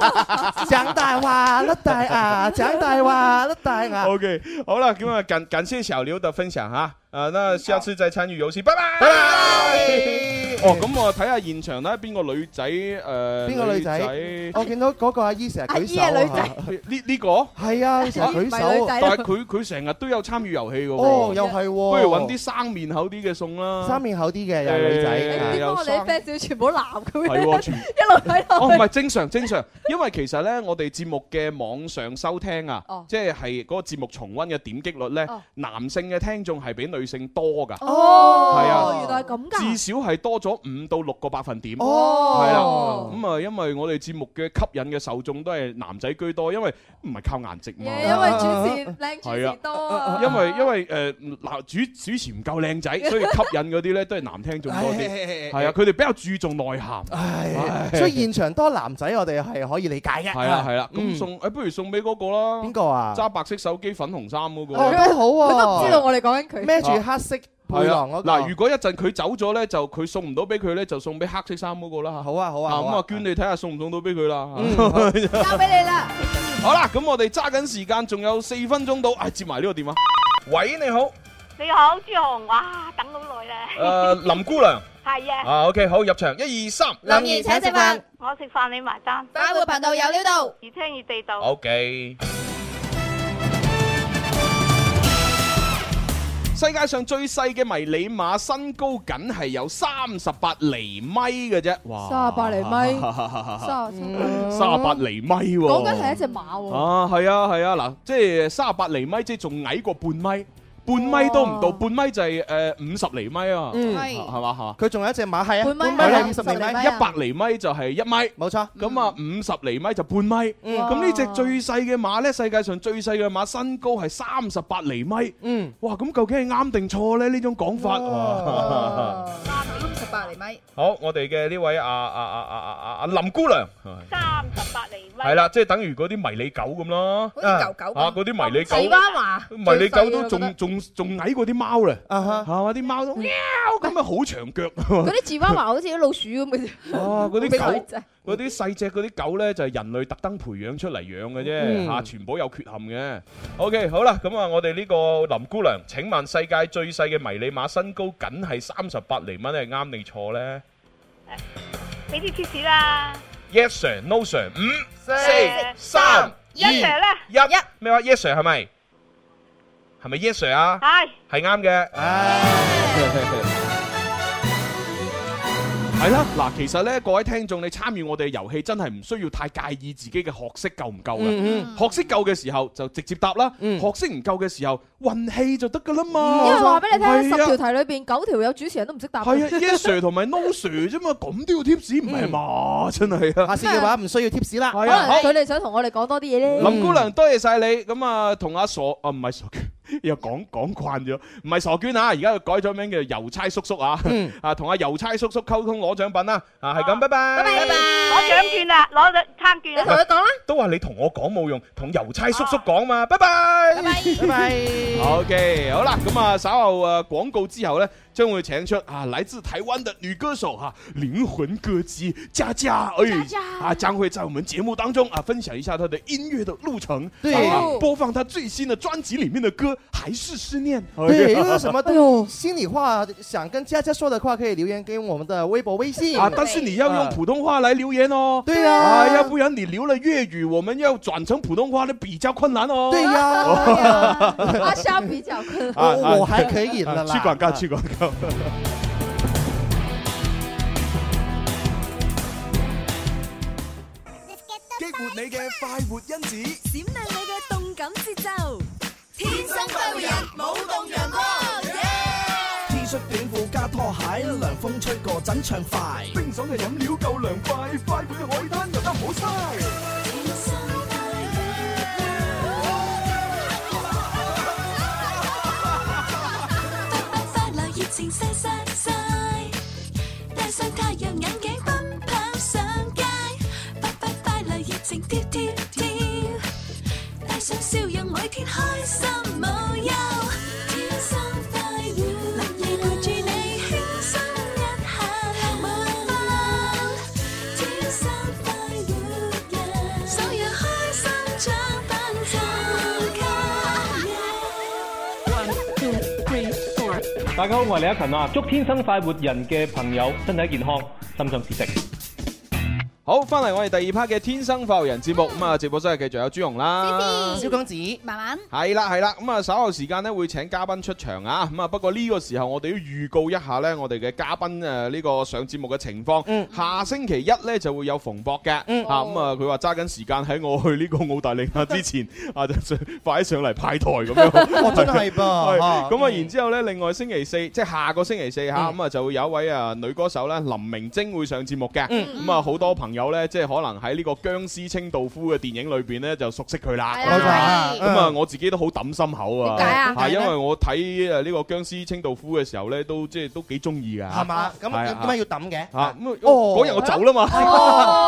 S6: 讲大话，那大牙，讲大话，那大牙。 哦
S5: OK，好啊了，那么感感谢小刘的分享哈，啊，那下次再参與遊戲，拜拜，拜哦，咁我睇下現場咧，邊個女仔呃誒？
S6: 邊個女仔我見到嗰個阿姨成日舉手啊，
S7: 阿姨係女仔
S5: 呢呢個？
S6: 係啊，成日舉
S7: 唔係女
S6: 手啊。
S7: 仔
S5: 但係佢佢成日都有參與遊戲嘅
S6: 哦，
S5: 喎，
S6: 又係喎。
S5: 不如揾啲生面口啲嘅送啦。
S6: 三面口啲嘅有女
S5: 誒
S7: 哦你
S6: 仔。
S7: 點解我哋啲 fans 全部男嘅
S5: 係
S7: 咩？
S5: 喎，全
S7: 一路喺
S5: 哦
S7: 度
S5: 唔。係正常正常，因為其實呢，我哋節目嘅網上收聽啊
S7: 哦，
S5: 即係係嗰個節目重温嘅點擊率
S7: 哦
S5: 呢，男性嘅聽眾係比女性多㗎，
S7: 哦，
S5: 係啊
S7: 原來係咁
S5: 至
S7: 㗎。
S5: 少係多咗五到六個百分點。係
S6: 哦，
S5: 咁啊，因為我哋節目嘅吸引嘅受眾都係男仔居多，因為唔係靠顏值嘛。
S7: 嘢因為主持
S5: 係
S7: 靚主
S5: 啊
S7: 持多啊。
S5: 因為因為誒嗱主主持唔夠靚仔，所以吸引嗰啲咧都係男聽眾 多啲。係啊，佢哋比較注重內涵。
S6: 唉，所以現場多男仔，我哋係可以理解嘅。
S5: 係啦係啦，啊咁
S6: 嗯
S5: 送誒不如送俾嗰個啦
S6: 邊，個啊？
S5: 揸白色手機粉紅衫嗰個。
S6: 哦，都好
S7: 佢都唔知道
S6: 喎。
S7: 我哋講緊佢。
S6: 孭住黑色背
S5: 係啊
S6: 囊嗰個。
S5: 嗱，如果一陣佢走咗咧，就佢送唔到俾佢咧，就送俾黑色衫嗰個啦嚇。
S6: 好啊好啊
S5: 啊
S6: 好
S5: 咁啊，娟你睇下送唔送到俾佢啦。
S7: 交俾你啦。
S5: 好啦，咁我哋揸緊時間，仲有四分鐘到，啊接埋呢個電話。喂，你好。
S9: 你好，朱紅，哇，等好耐啦，
S5: 诶，林姑娘
S9: 係啊，
S5: 啊，OK，好，入場，一二三
S1: 林怡請食飯，
S9: 我食飯你埋單，
S1: 快活頻道有料到。
S9: 越聽越地道。
S5: ，OK。世界上最細嘅迷你馬身高僅係有三十八厘米嘅啫，哇！
S7: 38厘米
S5: 啊
S7: 三十七
S5: 三十八厘米喎。
S7: 哦講緊係一隻馬喎。
S5: 啊，係啊，係啊，嗱，即係三十八厘米，即係仲矮過半米，半米都唔到，
S7: 哇
S5: 半米就係诶五十厘米啊，
S6: 嗯
S5: 係係嘛係嘛，
S6: 佢仲有一隻馬，係啊，
S7: 半米
S6: 半
S7: 係
S6: 係五十
S7: 50
S6: 厘
S7: 厘
S6: 米
S7: 米，啊
S5: 一百厘米就係一米。
S6: 冇錯。
S5: 咁啊，
S7: 嗯
S5: 五十厘米就半米。
S6: 嗯
S5: 咁呢只最細嘅馬呢，世界上最細嘅馬身高係三十八厘米。
S6: 嗯，
S5: 哇！咁究竟係啱定錯呢？呢種講法。哇
S7: 哦
S1: 三十八厘米。
S5: 好，我哋嘅呢位啊啊啊啊啊啊啊林姑娘，
S9: 三十八厘米，
S5: 係啦，即係等於嗰啲迷你狗咁咯。
S1: 好似狗狗咁
S5: 啊，嗰啲迷你
S7: 泥
S5: 狗，
S7: 巴馬。
S5: 迷你狗
S7: 最
S5: 都
S7: 細嘅我覺得
S5: 仲仲仲矮過啲貓咧。
S6: 啊哈，
S5: 係嘛？啲貓都喵咁啊，好長腳。
S7: 嗰 啲芝娃娃好似啲老鼠咁嘅啫，
S5: 啊，嗰
S7: 俾
S5: 啲
S7: 佢
S5: 狗。
S7: 仔
S5: 嗰啲細只嗰啲狗呢，就係人類特登培養出嚟養嘅啫，
S6: 嗯
S5: 嚇全部有缺陷嘅。OK，好啦，咁啊，我哋呢個林姑娘，請問世界最細嘅迷你馬身高僅係三十八厘米，係啱定錯呢
S9: 俾啲貼士啦，
S5: y e s sir，no sir，五、四、三、
S9: 一 Sir
S5: 二、
S9: 咧，
S5: 一，咩話？Yes sir 係咪？係咪 Yes sir 啊？
S9: 係
S5: 係啱嘅。 係啦，嗱，其實呢，各位聽眾，你參與我哋遊戲真係唔需要太介意自己嘅學識夠唔夠嘅。
S6: 嗯
S5: 學識夠嘅時候就直接答啦，
S6: 嗯
S5: 學識唔夠嘅時候運氣就得噶啦
S7: 因為
S5: 嘛。
S7: 話俾你聽，
S5: 係啊
S7: 十條題裏邊九條有主持人都唔識答。
S5: 係啊，yes sir 同埋 no sir 啫嘛，咁都要 tips 唔係嘛？真係
S6: 下
S5: 啊，
S6: 次嘅話唔需要 tips 啦。
S5: 係
S7: 可
S5: 啊，
S7: 能
S5: 好
S7: 佢。哋想同我哋講多啲嘢咧。
S5: 林姑娘，多謝晒你，咁啊，同阿傻啊，唔係傻 娟，又講講慣咗，唔係傻娟啊，而家佢改咗名叫郵差叔叔啊，啊，同阿郵差叔叔溝通攞獎品啦，啊，係咁，拜拜，拜拜，
S9: 攞獎券啦，攞咗餐券啦。
S7: 佢講啦，
S5: 都話你同我講冇用，同郵差叔叔講嘛，拜拜，拜拜。
S6: 拜拜。
S5: OK，好啦，咁啊，稍後啊廣告之後呢，將會請出啊來自台灣的女歌手哈、啊靈魂歌姬佳佳，哎，啊，將會在我們節目當中啊分享一下她的音樂的路程，
S6: 對
S5: 啊播放她最新的專輯裡面的歌《還是思念》。
S6: 對，有什
S7: 哎
S6: 麼都心裡話想跟佳佳說的話，可以留言給我們的微博、微信。
S5: 啊，但是你要用普通話來留言哦。
S6: 對呀
S5: 啊，要不然你留了粵語，我們要轉成普通話的比較困難哦。
S6: 對呀，
S7: 阿莎比較困。
S5: 啊啊
S6: 我我還可以了啦。
S5: 去廣告，去廣告。
S2: 激活你嘅快活因子。
S8: 闪亮你嘅动感节奏，天生快活人，舞动阳光。
S11: T 恤短褲加拖鞋，涼風吹過真暢快。
S2: 冰爽嘅飲料夠涼快，快活去海灘游得好嘥。
S8: 天生快活人，快樂熱情晒晒晒，戴上太陽眼鏡奔跑上街，
S12: 大家好，我係李克勤啊！祝天生快活人嘅朋友身體健康，心想事成。
S5: 好，翻嚟我哋第二 part 嘅《天生快活人》節目，咁啊，直播室係繼續有朱紅啦，
S6: 子，
S1: 慢 慢。
S5: 係啦係啦，咁啊稍後時間咧會請嘉賓出場啊，咁啊不過呢個時候我哋要預告一下咧，我哋嘅嘉賓誒呢個上節目嘅情況，下星期一咧就會有馮博嘅，
S6: 嗯
S5: 啊咁啊佢話揸緊時間喺我去呢個澳大利亞之 前啊就上快啲上嚟派台咁樣，
S6: 哦真係噃
S5: 係
S6: 啊
S5: 咁啊然之後咧，另外星期四即係下個星期四嚇，咁啊就會有一位啊女歌手咧林明晶會上節目嘅，
S6: 嗯
S5: 咁啊好多朋友咧即係可能喺呢個僵屍清道夫嘅電影裏邊咧就熟悉佢啦，
S6: 冇錯啊
S5: 咁啊我自己都好揼心口啊，
S6: 點解啊
S5: 係因為我睇誒呢個僵屍清道夫嘅時候咧，都即係都幾中意㗎，
S6: 係嘛？咁
S5: 係啊
S6: 點解要抌嘅？
S5: 啊咁啊
S6: 哦
S5: 嗰日我走啦嘛，係
S6: 哦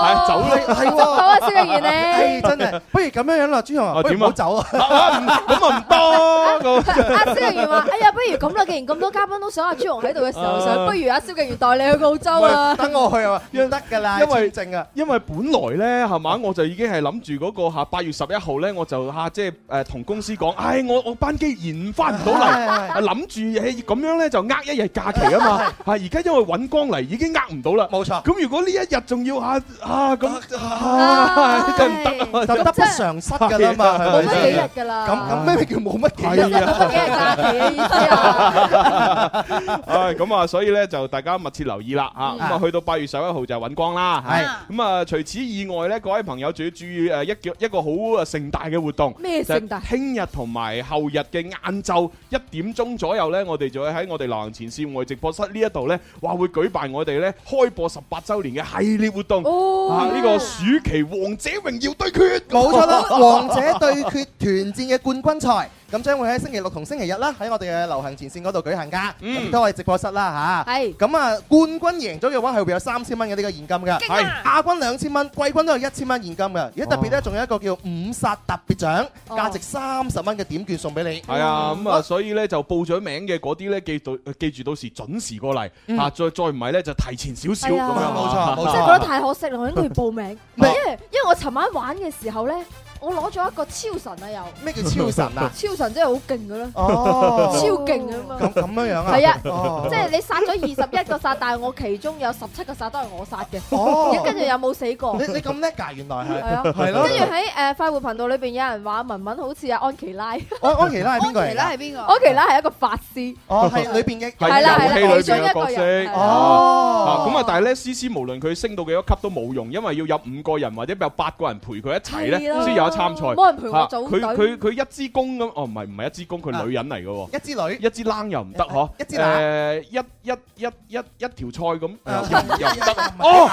S5: 啊走啦，
S6: 係喎，係真係，不如咁樣樣啦，朱紅，不如唔好走啊！
S5: 咁啊唔多咁。
S7: 阿蕭敬元話：哎呀，不如咁啦，既然咁多嘉賓都想阿朱紅喺度嘅時候，想不如阿蕭敬元代你去澳洲啊！
S6: 等我去啊，唔得㗎啦，
S5: 啊因為
S6: 簽證啊，
S5: 因為本來呢，係嘛，我就已經係諗住嗰個嚇八月十一號呢，我就嚇即係誒同公司講，唉，我我班機延翻唔到 嚟，
S6: 係係
S5: 啊諗住誒咁樣呢，就呃一日假期啊 嘛，嚇而家因為揾光嚟已經呃唔到啦，
S6: 冇錯。
S5: 咁如果呢一日仲要嚇啊咁啊真係唔得啊，
S6: 就得不償失㗎啦 嘛，係咪先？咁咁咩叫冇乜幾日？
S5: 係啊
S7: 乜嘢假期嘅意 思啊？
S5: 唉，咁啊，所以咧就大家密切留意啦吓，咁啊去到八月十一號就揾光啦，係咁啊。除此以外咧，各位朋友仲要注意誒一叫一個好誒盛大嘅活動，
S7: 咩盛大
S5: 就係聽日同埋後日嘅晏晝一點鐘左右咧，我哋就會喺我哋流行前線外直播室呢一度咧，話會舉辦我哋咧開播十八週年嘅系列活動，啊呢個暑期王者榮耀對決，
S6: 冇 錯啦，王者對決團戰嘅冠軍賽，咁將會喺星期六同星期日啦，喺我哋嘅流行前線嗰度舉行噶，咁都係直播室啦吓，
S7: 嗯係。
S6: 咁啊，冠軍贏咗嘅話係會有三千蚊嘅呢個現金㗎。
S5: 勁啊
S6: 亞軍兩千蚊，季軍都有一千蚊現金㗎。而家特別咧，仲有一個叫五殺特別獎，
S7: 哦
S6: 價值三十蚊嘅點券送俾你。哦
S5: 係啊，咁啊，所以咧就報咗名嘅嗰啲咧，記到記住到時準時過嚟
S6: 嗯
S5: 啊，再再唔係咧就提前少少咁
S7: 係
S5: 樣。
S7: 啊
S5: 啊
S7: 真係覺得太可惜啦，我應該要 報名。因為因為我尋晚玩嘅時候咧，我攞咗一個超神啊又。
S6: 咩叫超神 啊
S7: 超神真係好勁噶啦，
S6: 哦
S7: 超勁啊嘛。
S6: 咁咁樣樣啊？
S7: 係啊，
S6: 哦
S7: 即係你殺咗二十一個殺，但係我其中有十七個殺都係我殺嘅。
S6: 哦
S7: 跟住有冇死過？
S6: 你你咁叻㗎，原來係
S7: 係啊，
S6: 係咯。
S7: 跟住喺誒快活頻道裏邊有人話文文好似阿安琪拉。
S6: 安安琪 拉係邊個嚟㗎安琪拉
S7: 係邊個？安琪拉係一個法師。
S6: 哦，係裏邊嘅
S7: 係啦係啦
S5: 係遊戲
S7: 其
S5: 裏
S7: 中
S5: 邊嘅
S7: 一個
S5: 角
S7: 人
S5: 色。
S7: 係
S5: 哦，啊咁啊，但係咧，C C 無論佢升到幾多級都冇用，因為要有五個人或者有八個人陪佢一齊咧，
S6: 係咯
S5: 先有得參賽。
S6: 冇人陪我
S5: 啊
S6: 組
S5: 佢
S6: 隊
S5: 佢佢一支公咁，哦唔係唔係一支公，佢女人嚟嘅喎。
S6: 啊一支女，
S5: 一支冷又唔得嗬，一
S6: 支冷啊
S5: 誒一一一一一條菜咁又又唔 得，
S6: 哦，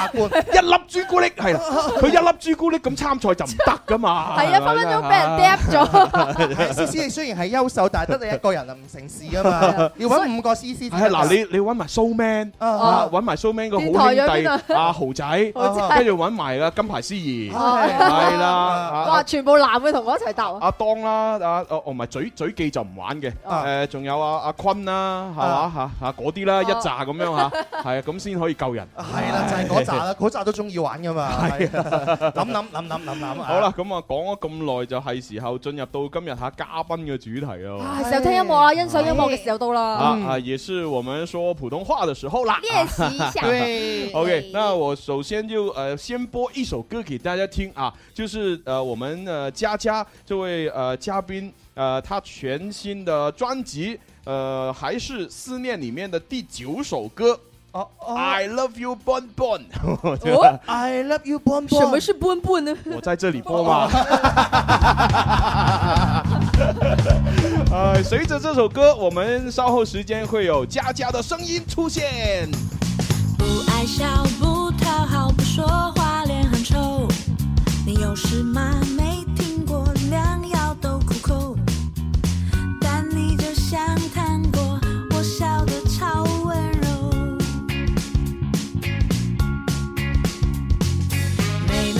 S5: 一粒朱古力係啦，佢一粒朱古力咁參賽就唔得噶嘛。
S6: 係啊分分鐘俾人
S5: 嗒
S6: 係 C C，你雖然係優秀，但係得你一個人啊，唔成事啊嘛，要揾五個 C C 先
S5: 係
S6: 得㗎。
S5: 嗱，你你揾埋 Showman，
S6: 啊
S5: 啊揾埋 Showman 個
S6: 電台
S5: 好
S6: 咗邊
S5: 兄
S6: 啊
S5: 弟阿豪仔
S6: 豪仔，
S5: 跟住揾埋啊金牌司儀，
S7: 哦
S5: 係啦，啊
S7: 哇！全部男嘅同我一齊答啊！
S5: 阿當啦，啊哦哦唔係嘴嘴記就唔玩嘅，誒仲有阿阿坤啦，係嘛嚇嚇嗰啲啦，一紮咁 樣嚇，係啊咁先可以救人。
S6: 係啦，就係嗰扎啦，嗰扎都中意玩噶嘛。係啊，諗諗諗諗諗諗啊。
S5: 好啦，咁啊講咗咁耐，就係時候進入到今日嚇嘉賓嘅主題咯。
S7: 啊時候聽音樂啦，欣賞音樂嘅時候到啦
S5: 啊。啊，也是我们说普通话的时候啦。
S7: 嗯练习 一下对
S5: OK，那我首先就呃先播一首歌给大家听啊，就是呃我们呃佳佳这位呃嘉宾呃他全新的专辑呃还是思念里面的第九首歌。
S6: 哦
S5: i love you, bon bon。
S6: 哦，I love you, bon bon。什麼
S7: 是 bon bon 呢？
S5: 我在这里播嘛。
S6: 哦
S5: 呃，随着这首歌，我们稍后时间会有佳佳的声音出现。
S8: 不爱笑，不讨好，不说话，脸很臭。你有事吗？没听过，良药都苦口。但你就像糖果，我笑得超温柔。没耐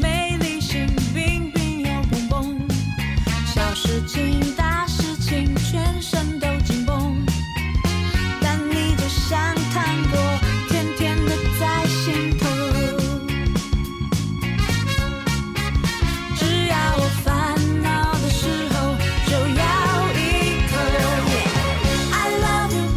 S8: 没理性，彬彬又蹦蹦。小事情，大事情，全身都紧绷。但你就像糖果，甜甜的在心头。只要我烦恼的时候，就咬一口。I love you, b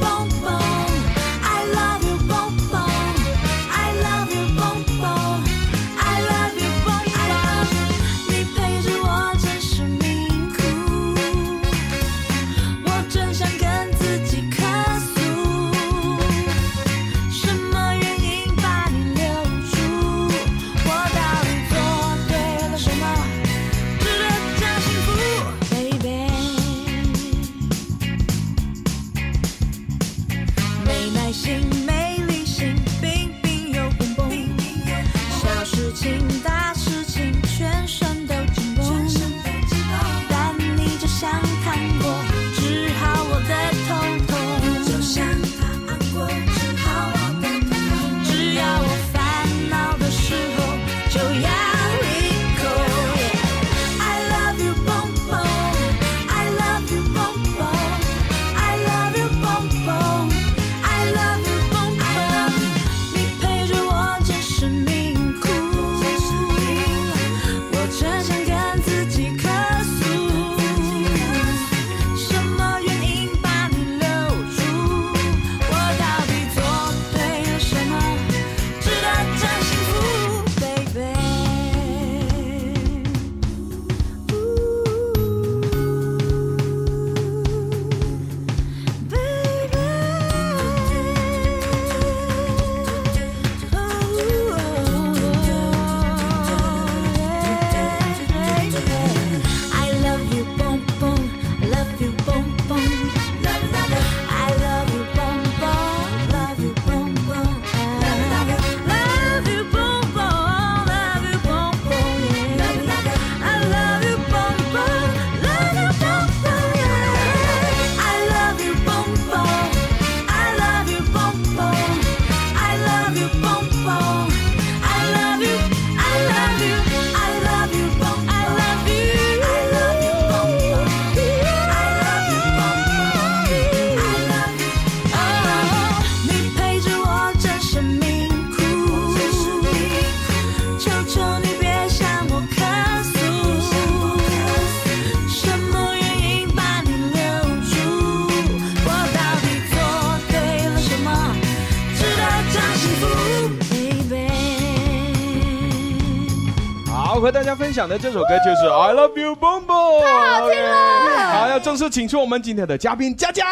S13: Oh,
S5: 和大家分享的这首歌就是《I Love You Boom Boom》，太好听了！好，要正式请出我们今天的嘉宾佳佳。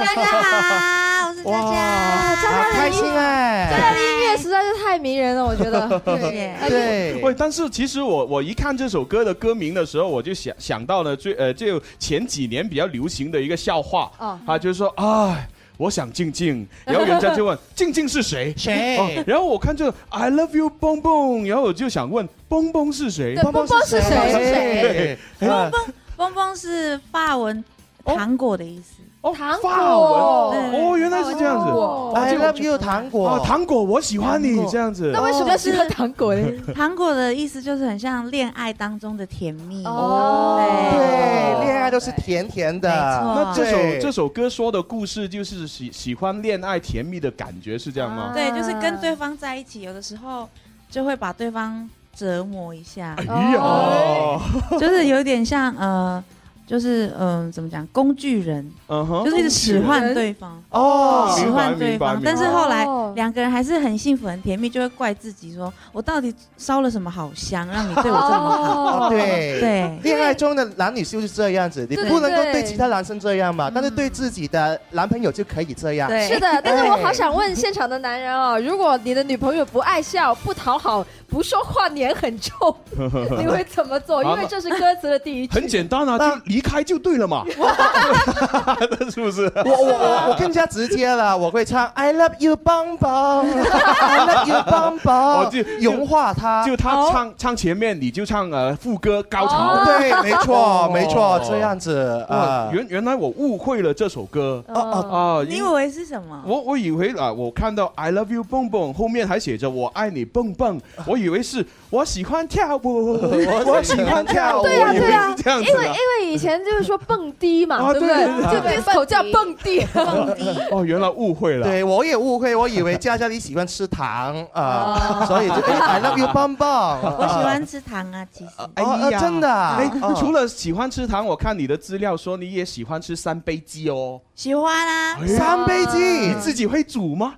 S7: 哇，张嘉
S6: 开心哎！
S7: 张嘉的音乐实在是太迷人了，我觉 得。 哎
S6: 对，
S5: 喂，但是其实我我一看这首歌的歌名的时候，我就想想到了最呃，就前几年比较流行的一个笑话，
S7: 哦
S5: 啊，就是说，唉。我想静静，然后人家就问静静是谁？
S6: 谁
S5: 哦然后我看就 I love you 蹦蹦，然后我就想问蹦蹦是谁？
S14: 对蹦蹦是谁蹦蹦是谁
S5: 对
S7: 嗯
S14: 蹦蹦蹦蹦是法文糖果的意思。
S5: 哦，
S7: 糖
S5: 法文哦，原来是这样子。哇
S6: I
S5: 这个
S6: love you 糖果哦
S5: 啊，糖果，我喜欢你
S14: 糖果
S5: 这样子。
S14: 是
S7: 糖 果呢？
S14: 糖果的意思就是很像恋爱当中的甜蜜。
S7: 哦
S5: 哦
S6: 对，恋爱都是甜甜的。
S5: 啊那这
S6: 对
S5: 首这首歌说的故事就是喜喜欢恋爱甜蜜的感觉是这样
S7: 啊
S5: 吗？
S14: 对，就是跟对方在一起，有的时候就会把对方折磨一下。哦
S5: 哎 呀，
S14: 就是有点像呃，就是嗯、呃怎么讲，工具人，
S5: 嗯哼
S14: 就是一直使唤对方，
S5: 哦
S14: 使唤对
S5: 明白
S14: 方
S5: 明白。
S14: 但是后来
S7: 哦
S14: 两个人还是很幸福、很甜蜜，就会怪自己说，我到底烧了什么好香，让你对我这么
S7: 哦
S5: 哦
S14: 好？
S6: 对
S5: 嗯
S14: 对，
S6: 恋爱中的男女就是这样子，你
S7: 对
S6: 不能够
S7: 对
S6: 对其他男生这样嘛，但是对自己的男朋友就可以这样。
S7: 是的，但是我好
S6: 对
S7: 想问现场的男人哦，如果你的女朋友不爱笑、不讨好、不说话、脸很臭，你会怎么做？因为这是歌词的第一句。
S5: 很简单啊，就离开就对了 嘛， 是不是？
S6: 我我我我更加直接了，我会唱 I love you 邦邦 ，I love you 邦
S5: 我
S6: 邦
S5: 哦就，
S6: 融化它。
S5: 就他唱唱前面，你就唱呃副歌高
S14: 哦
S5: 潮。
S6: 对，没错
S5: 哦
S6: 没错，这样子
S5: 哇
S6: 啊，
S5: 原原来我误会了这首歌
S14: 哦
S5: 啊
S14: 你以
S5: 因
S14: 为是什么？
S5: 我我以为啊，我看到 I love you 蹦蹦后面还写着我爱你蹦蹦，
S14: 啊
S5: 我以为是我喜欢跳 舞，我喜欢跳舞，
S7: 对
S14: 啊
S5: 我
S7: 呀
S5: 以
S7: 对
S5: 为
S7: 呀
S5: 是， 这样子啊
S7: 因为
S5: 的。
S7: 因为以前就是说蹦迪嘛，
S5: 啊
S7: 对不
S5: 对对
S7: 对？
S5: 对
S7: 就 disco 叫蹦迪。
S5: 哦，原来误会了。
S6: 对我也误会，我以为佳佳你喜欢吃糖
S7: 哦
S6: 啊，所以就哎 I love you 邦邦。
S5: 哦
S14: 我喜
S6: 啊
S14: 欢吃糖啊，其实。
S6: 哦呃真的啊
S5: 哎
S6: 哦，
S5: 除了喜欢吃糖，我看你的资料说你也喜欢吃三杯鸡哦。
S14: 喜欢啊，
S6: 三杯
S5: 你
S6: 鸡，
S5: 自己会煮吗？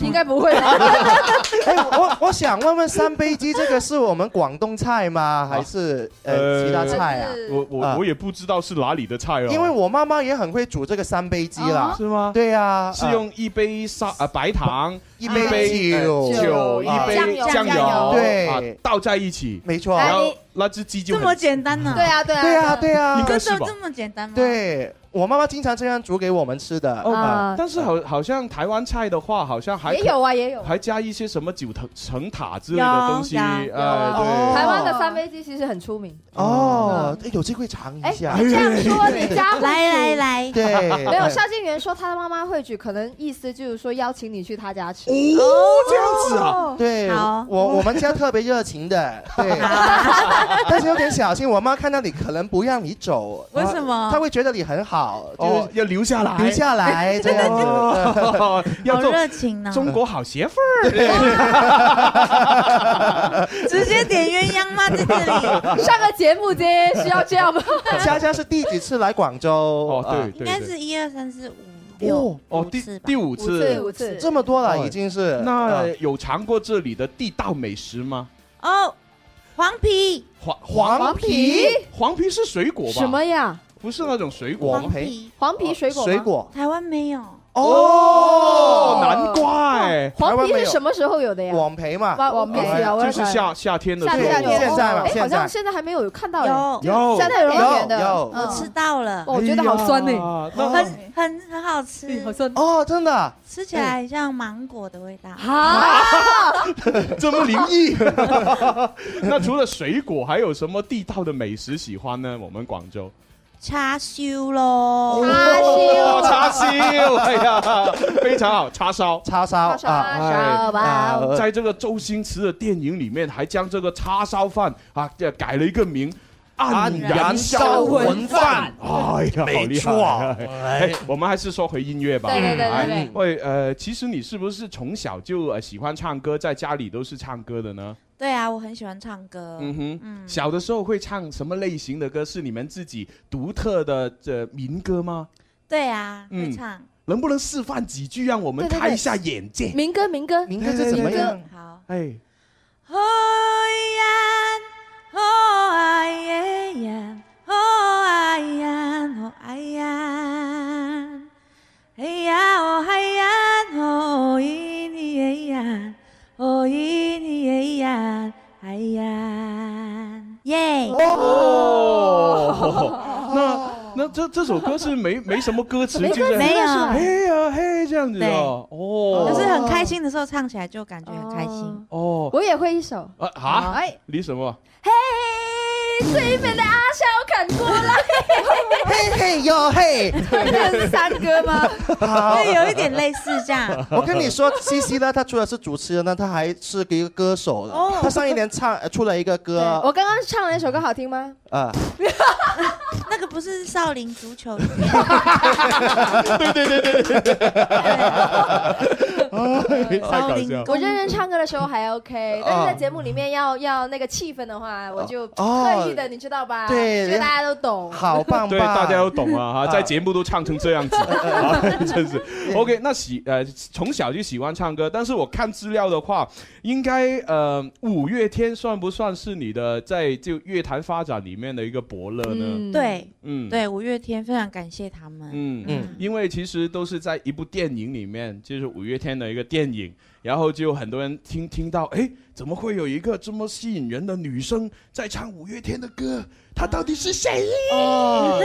S7: 应该不 会
S6: 哎，我我想问问三杯鸡，这个是我们广东菜吗？还是呃其他菜啊？
S5: 啊我我我也不知道是哪里的菜哦。
S6: 因为我妈妈也很会煮这个三杯鸡
S7: 啊
S6: 啦，
S5: 是吗？
S6: 对呀，
S5: 是用一杯砂呃白糖，
S6: 一杯酒
S5: 呃酒，一
S6: 啊
S5: 杯
S14: 酱
S5: 酱
S14: 油
S5: 油，
S6: 对
S5: 啊倒在一起，
S6: 没错
S5: 然后那只鸡就
S14: 这
S5: 很
S14: 么简单呢？
S7: 对啊对啊
S6: 对啊，对啊，
S5: 应该
S14: 真
S5: 是
S14: 的
S5: 吧
S14: 这么简单吗？
S6: 对我妈妈经常这样煮给我们吃的。
S5: 哦
S7: 啊，
S5: 但是好好像台湾菜的话，好像还哦
S7: 也有啊，也有。
S5: 还加一些什么九层层塔之类的东西，
S14: 有
S5: 哎，
S14: 有
S5: 对，
S7: 台湾的三杯鸡其实很出名。
S6: 哦，
S5: 嗯
S6: 哎有机会尝一
S7: 哎，
S6: 下。
S7: 你这样说，你 家会煮
S14: 来来来，
S6: 对，
S7: 没有，萧敬元说他的妈妈会煮，可能意思就是说邀请你去他家吃。
S5: 哦，这样子啊，
S6: 对，
S14: 好
S6: 我我们家特别热情的， 对，但是有点小心，我妈看到你可能不让你走，啊
S14: 为什么
S6: 她会觉得你很好，就
S5: 哦，
S6: 是
S5: 要留下来，
S6: 留 下 来这样子。
S5: 哦， 要
S14: 好
S5: 做
S14: 热情
S6: 啊
S14: 呢，
S5: 中国好媳妇儿，
S14: 直接点鸳 鸯吗？在这
S5: 哦
S14: 里
S7: 上个节目啫，哎需要这样吗？
S6: 佳佳是第几次来广州？啊
S5: 哦，对，
S14: 应
S5: 对
S14: 该
S5: 对，
S14: 是一二三四五
S6: 哦
S14: 六
S5: 哦，
S14: 五
S5: 第
S14: 次吧
S5: 第五次，哦
S7: 五次
S6: 这么多了，已经是
S5: 那
S6: 啊
S5: 有尝过这里的地道美食吗？
S14: 哦，黄皮
S5: 黄
S6: 黄皮
S5: 黄皮是水果吧？
S7: 什么呀？
S5: 不是那种水果
S6: 黄
S5: 吗？
S6: 皮
S7: 黄皮水果吗
S6: 水果
S14: 台湾没有，
S5: 哦，
S6: 哦，
S5: 难怪，
S6: 台
S7: 黄
S6: 湾
S7: 皮
S6: 没
S7: 是
S6: 有
S7: 什么时候有的呀？
S6: 黄皮嘛，
S7: 黄黄皮是有啊，
S5: 就是夏夏天的
S7: 夏
S5: 水
S7: 天有
S5: 果。
S6: 对现在嘛
S7: 哎，好
S6: 现在
S7: 像现在还没有看到耶。
S14: 有
S5: 有
S7: 现在有
S6: 有
S7: 人演的，
S6: 有
S7: 嗯
S14: 我吃到了，
S7: 哇我觉得好酸呢欸哦
S5: 哎呀那哎
S14: 很很很好吃，
S7: 酸
S6: 哦，真的啊，
S14: 吃起来像芒果的味道。
S7: 啊！
S5: 这么灵异。 那除了水果，还有什么地道的美食喜欢呢？我们广州
S14: 叉烧咯，
S7: 叉
S5: 哦
S7: 烧，
S5: 叉烧，哎呀，非常好，叉烧。
S6: 叉烧
S7: 叉烧
S6: 啊，
S7: 烧哦吧。
S6: 啊
S5: 在这个周星驰的电影里面，还将这个叉烧饭啊这改了一个名，黯然销魂饭。哎呀，好厉害！哎，我们还是说回音乐吧。
S7: 对对对对对
S5: 哎喂，呃，其实你是不是从小就呃喜欢唱歌，在家里都是唱歌的呢？
S14: 对啊，我很喜欢唱
S7: 呃
S14: 歌，
S5: 嗯哼，小的时候会唱什么类型的歌？是你们自己独特的这民歌吗？
S14: 对啊，
S5: 嗯
S14: 会唱。
S5: 能不能示范几句，让我们
S7: 对对对
S5: 开一下眼界？
S7: 民歌，民歌，
S6: 明哥是怎么
S7: 明哥
S6: 样？
S14: 好，
S5: 哎，
S14: 海哎
S5: 哦这这首歌是没没什么歌词，
S14: 没歌
S5: 就
S14: 词
S5: 是
S14: 没有
S5: 嘿呀啊嘿这样子的，
S14: 对
S5: 哦，
S14: 可是很开心的时候唱起来就感觉很开心。
S5: 哦，
S7: 我也会一首。
S5: 啊哈
S7: 哎，
S5: 你什么？
S7: 嘿，水面的阿萧赶过来，
S6: 嘿嘿哟 嘿，
S7: 这个是山歌吗？
S14: 对，有一点类似这样。
S6: 我跟你 说，西西呢，她除了是主持人呢，她还是一个歌手的
S7: 哦。
S6: 她上一年唱呃出了一个歌，
S7: 我刚刚唱了一首歌，好听吗？
S6: 啊，
S14: 那个不是少林足球里面，哎
S5: 对 对对对对，太搞笑了。
S7: 我认真唱歌的时候还 OK，但是在
S6: 哦
S7: 节目里面要要那个气氛的话，我就
S6: 哦
S7: 刻意的，你知道吧？
S6: 对
S7: 这个大家都懂。
S6: 好 棒嗯
S5: 对，
S6: 棒
S5: 大家都懂 啊，哈，在节目都唱成这样子，啊 真是。OK，那喜呃，从小就喜欢唱歌，但是我看资料的话，应该呃，五月天算不算是你的在就乐坛发展里面的一个伯乐呢？
S14: 对，
S5: 嗯
S14: 对，五月天非常感谢他们。
S5: 嗯
S14: 嗯
S5: 因为其实都是在一部电影里面，就是五月天的一个电影，然后就很多人听听到，哎，怎么会有一个这么吸引人的女生在唱五月天的歌？她到底是谁？
S14: 哦，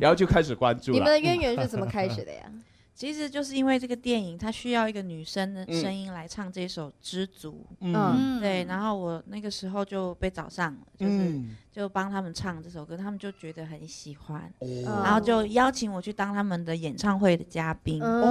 S5: 然后就开始关注了。
S7: 你们的渊源是怎么开始的呀？
S14: 其实就是因为这个电影，它需要一个女生的
S7: 嗯
S14: 声音来唱这首《知足》。
S7: 嗯
S14: 嗯，对。然后我那个时候就被找上了，就是
S5: 嗯
S14: 就帮他们唱这首歌，他们就觉得很喜欢，
S5: 哦
S14: 然后就邀请我去当他们的演唱会的嘉宾。
S5: 哦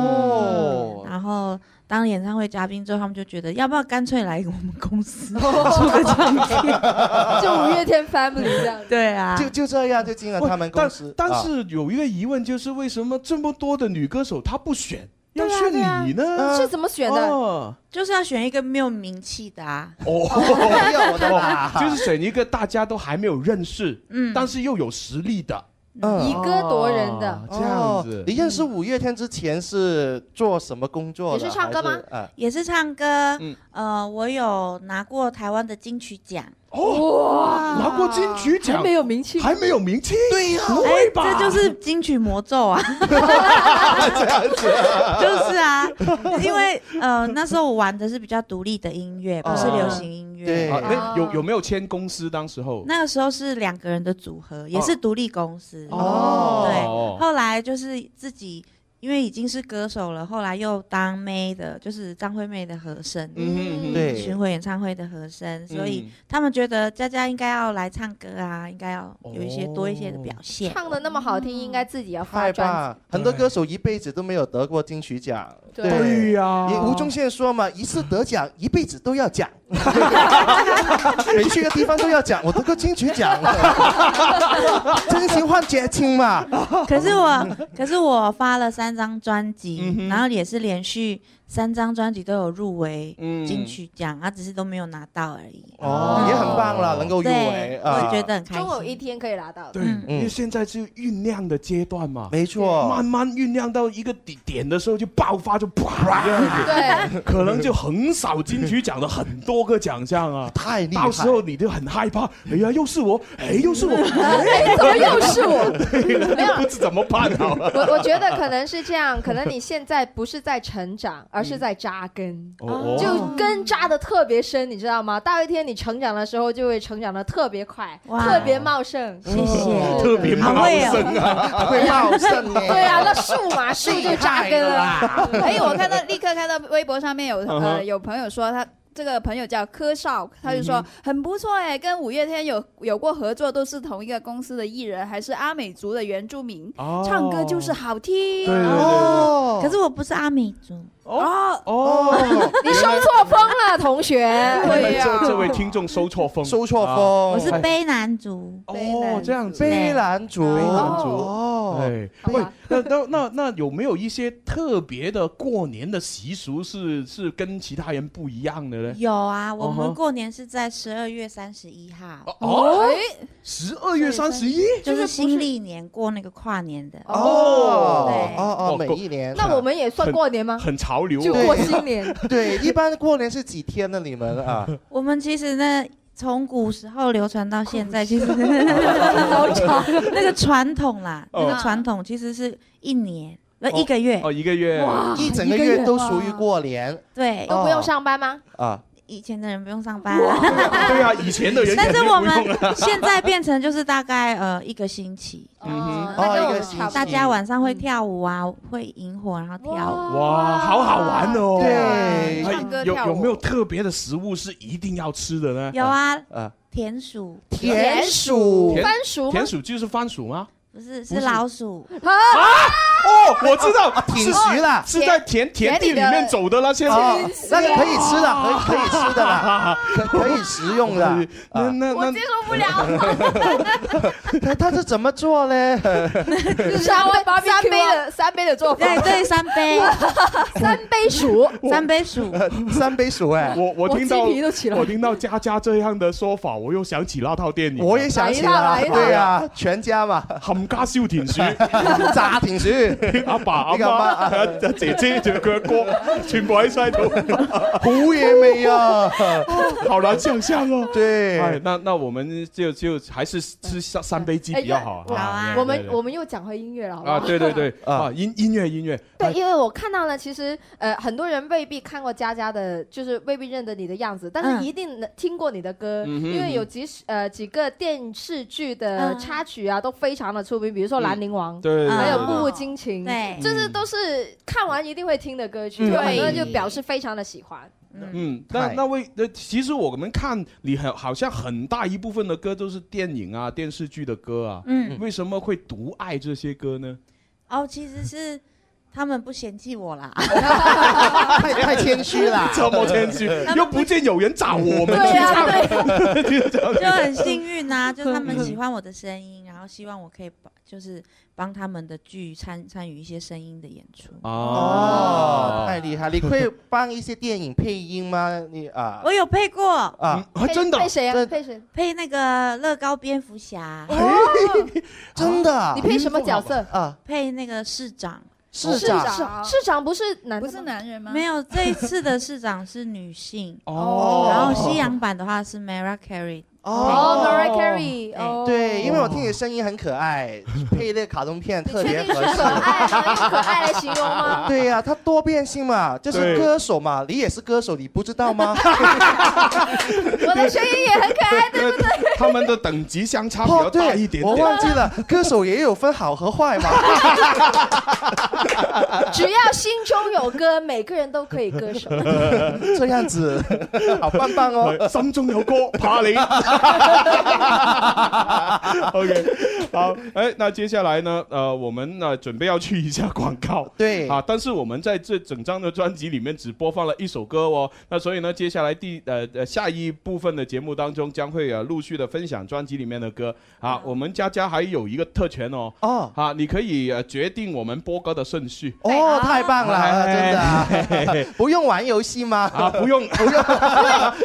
S14: 嗯然后当演唱会嘉宾之后，他们就觉得要不要干脆来我们公 司出个唱
S5: 哦
S14: 片，
S7: 就五月天 family 这样。
S14: 对啊，
S6: 呃就就这样就进了
S5: 哦
S6: 他们公司。
S5: 但
S6: 啊
S5: 是有一个疑问，就是为什么这么多的女歌手她不选，要
S14: 对啊
S5: 选
S14: 对啊
S5: 你呢？
S14: 嗯是怎么选的
S5: 哦
S14: 就是要选一个没有名气的啊。
S5: 哦，
S14: 哎呦我的妈
S5: 就是选一个大家都还没有认识，
S14: 嗯
S5: 但是又有实力的，
S6: 嗯
S7: 以歌夺人的
S6: 哦
S5: 这样子
S6: 你认识五月天之前是做什么工作的？
S14: 也是唱歌吗
S6: 还是
S5: 哎
S6: 啊，
S14: 也是唱歌，
S5: 嗯
S14: 呃，我有拿过台湾的金曲奖。
S5: 哇，哦拿过金曲奖，
S14: 还没
S7: 有名气，
S5: 还没有名气，
S14: 对
S5: 呀不会吧？
S14: 哎这就是金曲魔咒啊！
S5: 这样子啊，
S14: 就是啊，因为呃那时候我玩的是比较独立的音乐，不是
S5: 哦
S14: 流行音
S6: 哦
S14: 乐。
S5: 啊那
S7: 哦
S5: 有有没有签公司？当时候
S14: 那个时候是两个人的组合，也是独立公司。
S5: 哦哦
S14: 对，后来就是自己。因为已经是歌手了，后来又当妹的，就是张惠妹的和声，
S5: 嗯嗯嗯对
S14: 巡回演唱会的和声，所以
S7: 嗯
S14: 他们觉得佳佳应该要来唱歌 啊，应该要有一些多一些的表现。
S7: 唱的那么好听，应该自己要发
S6: 太
S7: 专
S6: 棒哦
S7: 辑。！
S6: 很多歌手一辈子都没有得过金曲奖，
S7: 对
S5: 对呀
S6: 也吴宗宪说嘛，一次得奖，一辈子都 要奖，每去个地方都要讲，我得过金曲奖， 真心换绝情嘛。
S14: 可是我，可是我发了三张专
S5: 嗯
S14: 辑，然后也是连续三张专辑都有入围
S5: 嗯
S14: 金曲奖，啊，只是都没有拿到而已。
S6: 哦，也很棒啦，能够入围
S14: 对
S6: 啊，
S14: 我觉得很开
S7: 终有
S14: 心。嗯
S7: 一天可以拿到的。
S5: 对，嗯因为现在是酝酿的阶段嘛，
S6: 没错
S5: 慢慢酝酿到一个底点的时候就爆发，就啪这样 子，
S7: 对
S5: 可能就横扫金曲奖的很多个奖项啊，
S6: 太厉
S5: 害，到时候你就很害怕，哎呀，又是我，哎，又 是我，
S7: 哎怎么又是 我
S5: 我
S7: 没有
S5: 不知怎么办啊好了。
S7: 我我觉得可能是这样， 可能你现在不是在成长，而是在扎根，
S5: 哦
S7: 就根扎的特别深，你知道吗？到一天你成长的时候，就会成长的特别快，
S14: 哇
S7: 特别茂盛。
S5: 嗯
S14: 谢谢，
S5: 特别
S14: 好
S5: 茂
S14: 会哦
S5: 盛啊，
S6: 会茂盛
S7: 呢对啊那树嘛树就扎根了
S1: 哎，我看到立刻看到微博上面有
S7: 嗯
S1: 呃
S7: 哼
S1: 有朋友说他。这个朋友叫柯少，他就说、
S7: 嗯哼
S1: 很不错哎，跟五月天有有过合作，都是同一个公司的艺人，还是阿美族的原住民，
S14: 哦
S1: 唱歌就是好听。
S14: 对对对对
S1: 哦
S14: 可是我不是阿美族
S1: 哦
S5: 哦，
S7: 你收错风了，同学。
S5: 这 这位听众收错风，
S6: 收错
S5: 啊
S6: 风，
S14: 我是卑南族。
S5: 哦，这样子，
S6: 卑南族，
S5: 非常足
S6: 哦，
S5: 哎，喂，那那那那有没有一些特别的过年的习俗是是跟其他人不一样的呢？
S14: 有啊，我
S5: 嗯
S14: 们
S5: 哼
S14: 过年是在十二月三十一号。
S5: 哦哎十二月三十一
S14: 就是新历年过那个跨年的
S6: 哦
S14: 对
S6: 哦哦，每一年。
S7: 那我们也算过年吗？
S5: 很潮流
S7: 就过新年。
S6: 对，一般过年是几天呢？你们啊，
S14: 我们其实呢，从古时候流传到现在，其实
S6: 好长
S14: 那个传统啦，
S5: 哦
S14: 那个传统其实是一年，那一个月
S5: 哦，一个月，
S14: 哇
S6: 一整
S14: 一
S6: 个
S14: 个月
S6: 月都属于过年
S14: 对，
S7: 都不用上班吗？
S6: 啊。
S14: 以前的人不用上班。
S5: 对啊，以前的人
S14: 但
S5: 肯
S14: 是
S5: 定
S14: 我
S5: 不用啊
S14: 们
S5: 啦
S14: 现在变成就是大概呃一个星期，
S5: 嗯哼
S6: 哦一个星期
S14: 大家晚上会跳舞啊，会萤火然后跳舞。
S5: 哇，好好玩哦！
S14: 对
S5: 哎
S14: 唱歌
S5: 有
S14: 跳
S5: 有
S14: 舞
S5: 没有特别的食物是一定要吃的呢？
S14: 有啊
S5: 呃，
S14: 田鼠，
S5: 田
S14: 鼠
S5: 田
S14: 番薯吗
S5: 田鼠就是番薯吗？
S14: 不是
S5: 不
S14: 是
S5: 是
S14: 老鼠
S5: 哦，我知道，
S14: 挺
S5: 是
S14: 徐啦
S5: 是在田
S14: 田
S5: 田地里面走
S7: 啊
S5: 的啦，现在
S6: 哦那可以吃的，可 以可以吃的啦，可可以食用的。
S5: 那那
S6: 那
S7: 受不了，
S6: 他他是怎么做呢？
S7: 沙威芭比 Q
S1: 三杯的三杯的做法，
S14: 对对三 杯
S5: 哎
S7: 三杯鼠，
S14: 三杯鼠，
S6: 呃三杯鼠哎！
S5: 我我听到
S7: 我鸡皮都起来了
S5: 我听到佳佳这样的说法，我又想起那套电影，
S6: 我也想起啦哪一套哪一套对啊，，
S5: 全家嘛，冚家燒田鼠
S6: 炸 田鼠，
S5: 阿爸阿
S6: 你阿媽
S5: 媽阿姐姐仲有佢阿哥，全部喺晒度，
S6: 好嘢味啊！
S5: 好難想象哦。
S6: 对
S5: 哎，那那我們就就還是吃三三杯雞比較好。啊
S7: 哎我们
S5: 對對對
S7: 我们又讲回音乐了，好不好
S5: 啊，对对对啊，音音乐音乐，
S7: 对，因为我看到了，其实呃，很多人未必看过佳佳的，就是未必认得你的样子，但
S14: 嗯
S7: 是一定能听过你的歌，
S14: 嗯哼
S7: 因为有
S14: 嗯哼
S7: 几首呃几个电视剧的
S14: 嗯
S7: 插曲啊，都非常的出名，比如说《兰陵王》，
S5: 对对对
S7: 还有
S5: 对
S7: 《步步惊情》，
S14: 对
S7: 就是都是看完一定会听的歌曲，
S5: 嗯
S7: 有很多人就
S5: 对
S7: 表示非常的喜欢。
S5: 嗯，那那位，呃其实我们看你很好像很大一部分的歌都是电影啊、电视剧的歌啊，
S14: 嗯
S5: 为什么会独爱这些歌呢？
S14: 哦，其实是他们不嫌弃我啦，
S6: 太太谦虚啦
S5: 这么谦 虚，又不见有人找我们去 唱，就这样
S14: 啊就很幸运呐，就他们
S5: 嗯
S14: 喜欢我的声音，然后希望我可以帮，就是帮他们的剧参参与一些声音的演出。
S5: 啊
S6: 哦，太厉害！你会帮一些电影配音吗？你啊
S14: 我有配过
S6: 啊
S5: 嗯
S14: 配配谁呀？配谁？配那个乐高蝙蝠侠。
S5: 哎
S6: 真的啊？
S7: 你配什么角色
S6: 啊？
S14: 配那个市长。
S6: 市
S7: 市
S6: 长
S7: 长市长不是男不是
S1: 男人吗
S14: 没有，这一次的市长是女性
S6: 哦
S14: 然后西洋版的话是 Mariah Carey 哎
S6: 哦
S7: Mariah Carey，哦
S6: 对，因为我听你声音很可 爱，配那个卡通片特别合适。
S7: 可爱来形容 吗？
S6: 对呀、它多变性嘛，就是
S5: 对
S6: 歌手嘛，你也是歌手，你不知道吗？
S7: 我的声音也很可爱，
S5: 对 不对？他们的等级相差比较大一点点。
S6: 哦我忘记了，歌手也有分好和坏嘛。
S7: 只要心中有歌，每个人都可以歌手。
S6: 这样 子，好棒棒哦！
S5: 心中有歌，怕 你。OK，好， 哎，那接下来呢？呃，我们呢、准备要去一下广告，
S6: 对
S5: 啊，但是我们在这整张的专辑里面只播放了一首歌哦。那所以呢，接下来第呃呃下一部分的节目当中将会呃陆续的分享专辑里面的歌啊。我们佳佳还有一个特权哦，
S6: 嗯哦，
S5: 啊，你可以呃决定我们播歌的顺序。
S6: 哦，太棒了，
S5: 哎
S6: 真的啊、
S5: 的
S6: 不用玩游戏吗？
S5: 啊，不 用不用。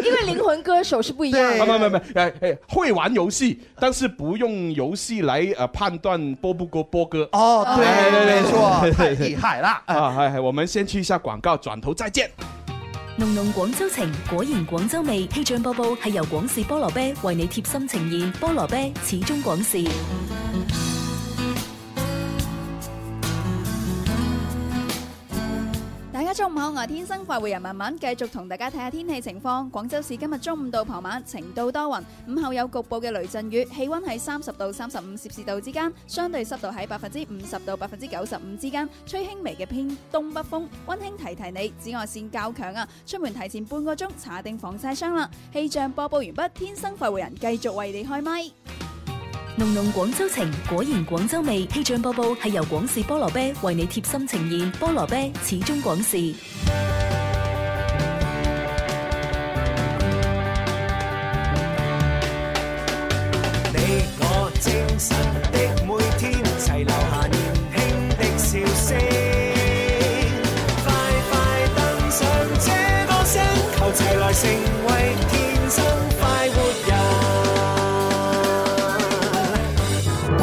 S7: 因为灵魂歌手是不一样
S5: 啊，
S7: 的。
S5: 没没没，哎哎，会玩游戏，但是不用游戏来呃判断播不播播歌。
S6: 哦，对，
S5: 哎
S6: 没错，太厉害啦！
S5: 啊，系系，我们先去一下广告，转头再见。
S15: 濃濃廣州情，果然廣州味。氣象播報係由廣氏菠蘿啤為你貼心呈現，菠蘿啤始終廣氏。
S1: 大家中午好，我係天生快活人文文，繼續同大家睇下天氣情況。廣州市今日中午到傍晚晴到多雲，午後有局部嘅雷陣雨，氣温喺三十到三十五攝氏度之間，相對濕度喺百分之五十到百分之九十五之間，吹輕微嘅偏東北風。温馨提提你，紫外線較強啊，出門提前半個鐘查定防曬霜啦。氣象播報完畢，天生快活人繼續為你開咪。
S15: 濃濃廣州情，果然廣州味。氣象播報係由廣氏菠蘿啤為你貼心呈現，菠蘿啤始終廣氏。
S16: 你我精神的每天，齊留下年輕的笑聲。快快登上這歌聲，求齊來成為天生快活人。
S17: 哇！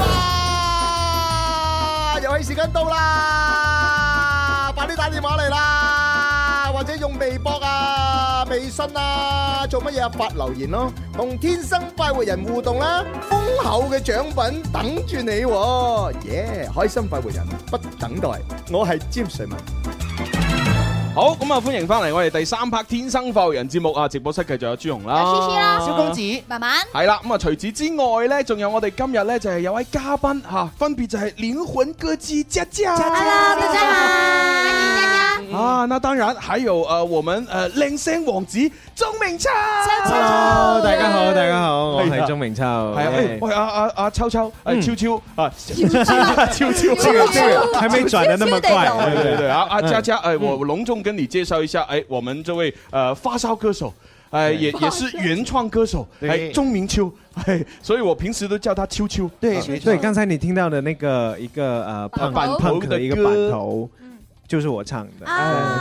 S17: 遊戲時間到啦，快啲打電話嚟啦，或者用微博啊、微信啊，做乜嘢啊？發留言咯，同天生快活人互動啦，豐厚嘅獎品等住你喎，耶！開心快活人不等待，我係詹瑞文。
S5: 好，咁啊，歡迎翻嚟我哋第三 part《天生快活人》節目啊！直播室繼續有朱紅啦，
S1: 慢慢。
S5: 係啦，咁啊，除此之外咧，仲有我哋今日咧就係有位嘉賓吓，分別就係靈魂歌姬佳佳。Hello，
S8: 大家好，
S5: 啊，那當然還有呃，我們呃靚聲王子鍾明秋。
S18: Hello，大家好，大家好，我係鍾明秋。
S5: 係啊，喂喂阿阿阿秋秋，誒超超啊，
S18: 超超
S5: 超
S18: 超超超還沒轉得那麼快超超得懂
S5: 對對對，啊啊
S18: 嗯
S5: 佳佳，誒我隆重跟你介紹一下，誒我們這位呃發燒歌手。哎，也也是原创歌手，哎，
S18: 對
S5: 钟明秋，哎，所以我平时都叫他秋秋。
S18: 对
S5: 啊
S18: 对，刚才你听到的那个一个呃
S5: 板
S18: 胖
S5: 头
S18: 胖
S5: 的
S18: 的一个
S5: 歌
S18: 板头，就是我唱的，对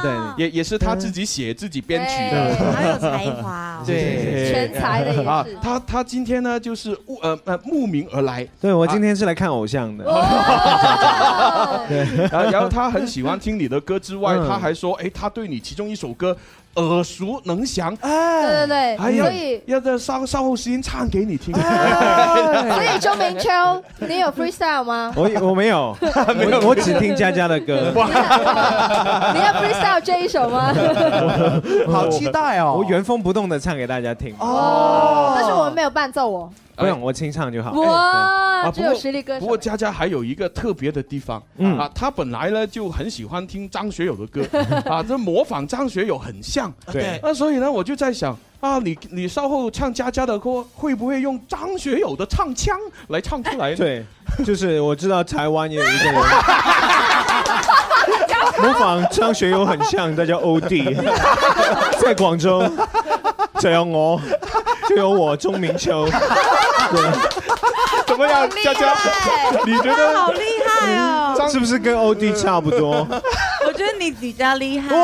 S18: 对。
S5: 也也是他自己写、自己编曲
S18: 对
S5: 的，
S18: 好有才
S5: 华哦
S18: 对全才的也是
S5: 啊！他他今天呢，就是慕呃呃慕名而来，啊
S18: 对，我今天是来看偶像的。
S5: 然后然后他很喜欢听你的歌之外，
S18: 嗯
S5: 他还说，哎，他对你其中一首歌耳熟能详，哎，
S7: 啊对对对
S5: 哎呀
S7: 所以啊
S5: 要在稍稍后时间唱给你听，
S7: 所以周明秋，你有 freestyle 吗？
S18: 我我没有，
S5: 没有
S18: 我我只听佳佳的歌。
S7: 你要 freestyle 这一首吗？
S18: 好
S6: 期待哦！
S18: 我原封不动的唱给大家听。
S7: 哦，但是我们没有伴奏哦。
S18: 不用，我清唱就好。
S7: 哇，
S5: 啊不
S7: 只
S5: 过
S7: 有实力歌
S5: 不
S7: 手。
S5: 过佳佳还有一个特别的地方，
S18: 嗯
S5: 啊，她本来呢就很喜欢听张学友的 歌，啊，这模仿张学友很像，
S18: 对
S5: 那所以呢，我就在想啊，你你稍后唱佳佳的歌，会不会用张学友的唱腔来唱出来呢？
S18: 对，就是我知道台湾也有一个人 模仿张学友很像，他 叫 OD，在广州，就有我，就有我钟明 秋。
S5: 怎么样，佳佳？你觉得
S14: 好厉害哦！
S18: 是不是跟 OD 差不多？
S14: 我觉得你比较厉害。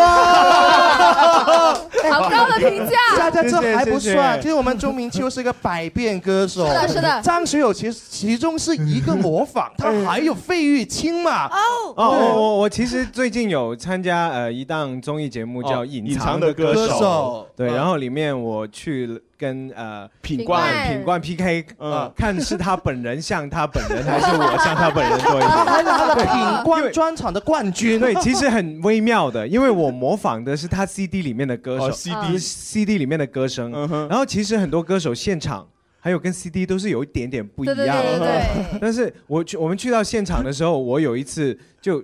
S6: 哇
S14: 好高的评价
S6: 大家这还不
S18: 谢谢谢
S6: 算，
S18: 谢
S6: 其实我们钟明秋是一个百变歌手，
S18: 是的是的
S6: 张学友其实其中是一个模仿，他还有费玉清嘛。哦
S18: 哦，我我我其实最近有参加呃一档综艺节目叫
S5: 哦
S18: 《隐
S5: 隐藏
S18: 藏
S5: 的
S18: 的歌
S5: 歌
S18: 手》，
S5: 手
S6: 嗯
S18: 对，然后里面我去了跟呃
S5: 品冠
S18: 品冠 PK，呃，
S6: 嗯
S18: 看是他本人像他本人，还是我像他本人多一点？
S6: 他 还是他的
S18: 对
S6: 品冠专场的冠军。
S18: 对，其实很微妙的，因为我模仿的是他 CD 里面的歌手、
S5: 哦，CD
S18: 就是 CD 里面的歌声，
S6: 嗯
S18: 然后其实很多歌手现场。还有跟 CD 都是有一点点不一样的，
S7: 对对对
S18: 但是我去我们去到现场的时候，我有一次就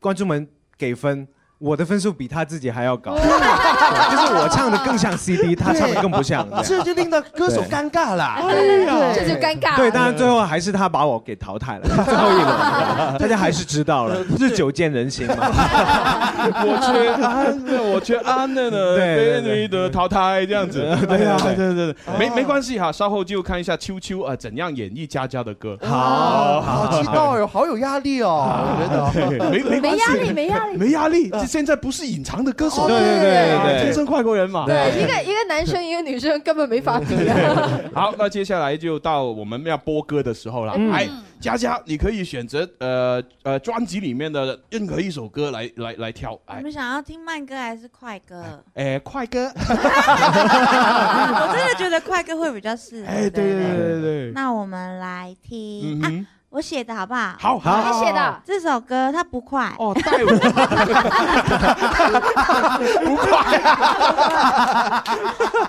S18: 观众们给分，我的分数比他自己还要高， 就是我唱的更像 CD，他唱的更不像。样
S6: 这就令到歌手
S18: 对
S6: 尴尬啦。
S7: 哎呀这就尴尬了
S18: 对，当然最后啊 还是他把我给淘汰了， 最后一 轮，大家还是知道了，日久见人心嘛。
S5: 我缺安慰，我缺安慰呢，
S18: 对对
S5: 被
S18: 对
S5: 你的淘汰这样子。
S18: 对啊对
S5: 对对，
S10: 哦
S5: 没没关系哈，稍后就看一下秋秋啊怎样演绎佳佳的歌。
S6: 好好期待哦，好有压力哦，我觉得。
S5: 没没关系
S7: 没压力没压力
S5: 没压力。这现在不是隐藏的歌手，
S18: 对对对对对
S5: 啊天生快活人嘛。
S7: 对，一个一个男生一个女生根本没法比啊！
S5: 好，那接下来就到我们要播歌的时候了。
S18: 嗯
S5: 哎，佳佳，你可以选择呃呃专辑里面的任何一首歌来来来挑。
S14: 你
S5: 哎，
S14: 们想要听慢歌还是快歌？
S5: 哎，快歌。
S14: 我真的觉得快歌会比较适合。
S5: 哎，对对对对对。
S14: 那我们来听
S5: 嗯
S14: 啊
S5: 哼，
S14: 我写的好不好？
S5: 好好你写的
S14: 这首歌它不快
S5: 哦，带我不 快，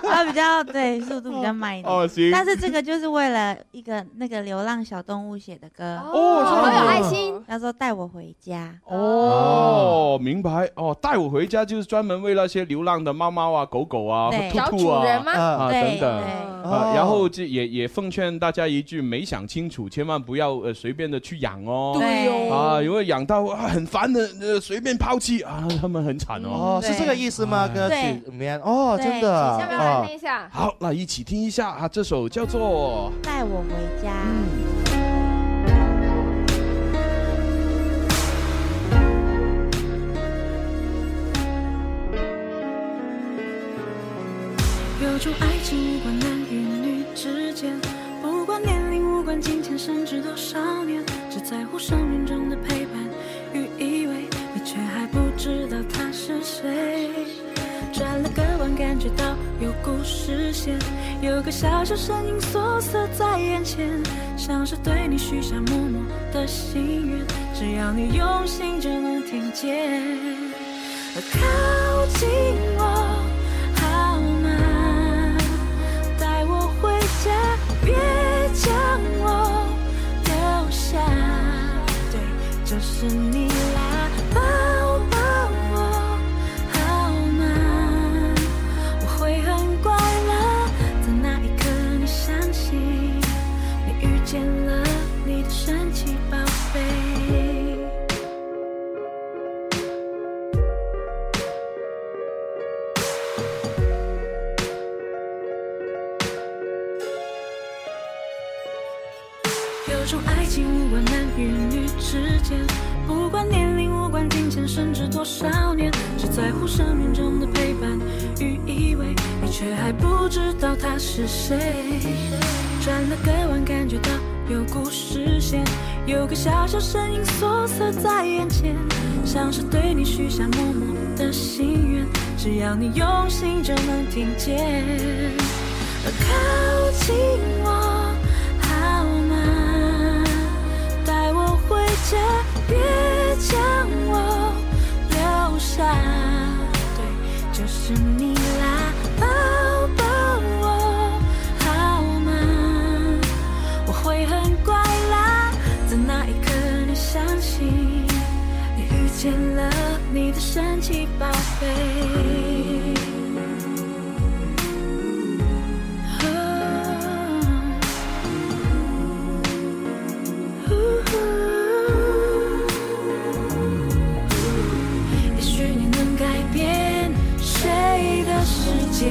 S14: 它比较对速度比较慢一点。
S5: 哦行
S14: 但是这个就是为了一个那个流浪小动物写的歌
S5: 哦这样子好有爱
S14: 心，叫做《带我回家》。
S5: 哦，明白哦。带我回家就是专门为那些流浪的猫猫啊、狗狗啊、
S14: 对
S5: 兔兔
S14: 找主
S5: 啊
S14: 人吗
S5: 啊
S14: 对
S5: 等等
S14: 对
S6: 哦
S5: 啊。然后这也也奉劝大家一句：没想清楚，千万不要呃随便的去养哦。
S14: 对哦
S5: 啊，因为养到啊很烦的，呃随便抛弃啊，他们很惨哦啊
S6: 哦，。是这个意思吗？歌曲里面哦，
S14: 嗯对
S6: 真的
S14: 请下面
S6: 啊
S14: 听一下
S5: 好，那一起听一下啊，这首叫做
S14: 带我回家。
S13: 有种爱情无关男与女之间，不管年龄，无关金钱，甚至多少年，只在乎生命中的陪伴与依偎，你却还不知道他是谁。转了个弯，感觉到有故事线，有个小小身影缩缩在眼前，像是对你许下默默的心愿，只要你用心就能听见。靠紧我好吗？带我回家，别将我丢下。对，就是你啦，抱抱我好吗？我会很快乐，在那一刻你想起，你遇见了你的神奇宝贝。有种爱情无关男与女之间，不管年龄，无关金钱，甚至多少年，只在乎生命中的陪伴与依偎，你却还不知道他是谁。转了个弯，感觉到有股视线，有个小小身影缩缩在眼前，像是对你许下默默的心愿，只要你用心就能听见。靠近我。好吗？带我回家，别将我留下。对，就是你啦，抱抱我好吗？我会很乖啦，在那一刻你相信，你遇见了你的神奇宝贝。也许你能改变谁的世界，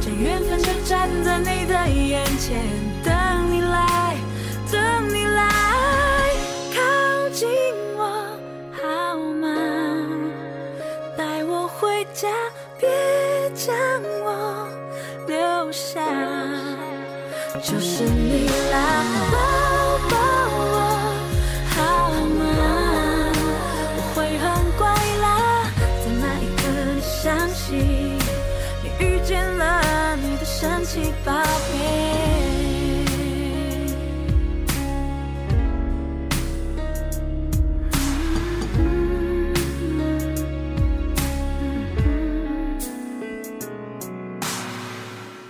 S13: 这缘分就站在你的眼前，等你来，等你来，靠近我好吗？带我回家，别将我留下，就是你啦，抱抱我。好吗？我会很乖啦，在那一刻你相信，你遇见了你的神奇宝贝。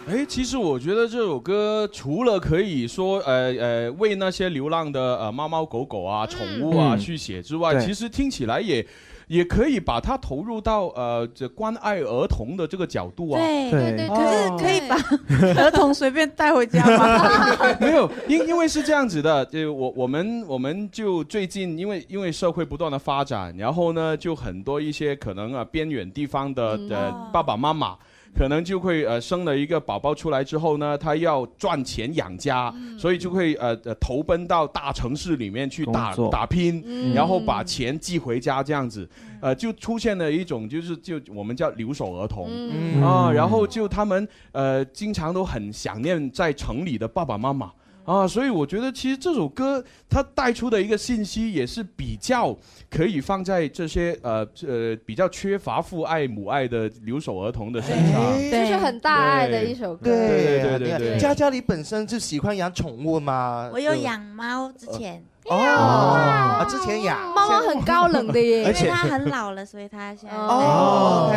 S5: 哎，其实我觉得这首歌除了可以说，呃呃，为那些流浪的呃猫猫狗狗啊、宠物啊
S18: 嗯
S5: 去写之外，
S18: 对
S5: 其实听起来也也可以把它投入到呃这关爱儿童的这个角度啊。
S14: 对对对，可是可以把
S5: 对
S14: 儿童随便带回家吗？
S5: 没有，因因为是这样子的，就我我们我们就最近因为因为社会不断的发展，然后呢，就很多一些可能啊边远地方的
S18: 嗯哦
S5: 呃爸爸妈妈。可能就会呃生了一个宝宝出来之后呢，他要赚钱养家，
S18: 嗯
S5: 所以就会呃呃投奔到大城市里面去打
S18: 工作
S5: 打拼，
S18: 嗯
S5: 然后把钱寄回家这样子，呃就出现了一种就是就我们叫留守儿童、
S18: 嗯
S5: 啊，
S18: 嗯
S5: 然后就他们呃经常都很想念在城里的爸爸妈妈。啊，所以我觉得其实这首歌它带出的一个信息也是比较可以放在这些呃呃比较缺乏父爱母爱的留守儿童的身上，哎
S18: 哎
S7: 就是很大爱的一首歌。
S5: 对对对对
S6: 啊你看
S5: 对
S6: 佳佳你本身就喜欢养宠物嘛？
S14: 我有
S6: 对不对
S14: 养猫之前，
S6: 哦，啊，之前养
S7: 猫猫很高冷的耶，
S14: 因为它很老了，所以它现在
S6: 哦，OK，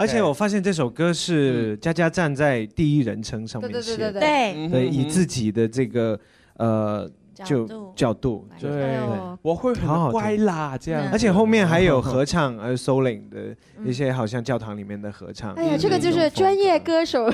S18: 而且我发现这首歌
S5: 嗯
S18: 是佳佳站在第一人称上面写的，
S14: 对对
S18: 对，
S5: 嗯
S14: 己
S18: 以自己的这个呃就角度，
S14: 哎
S5: 对我会
S18: 好好
S5: 很
S18: 听
S5: 乖啦这样，
S18: 而且后面还有合唱，呃，Soling 的一些好像教堂里面的合唱，
S7: 哎呀，这个就是专业歌手
S18: 而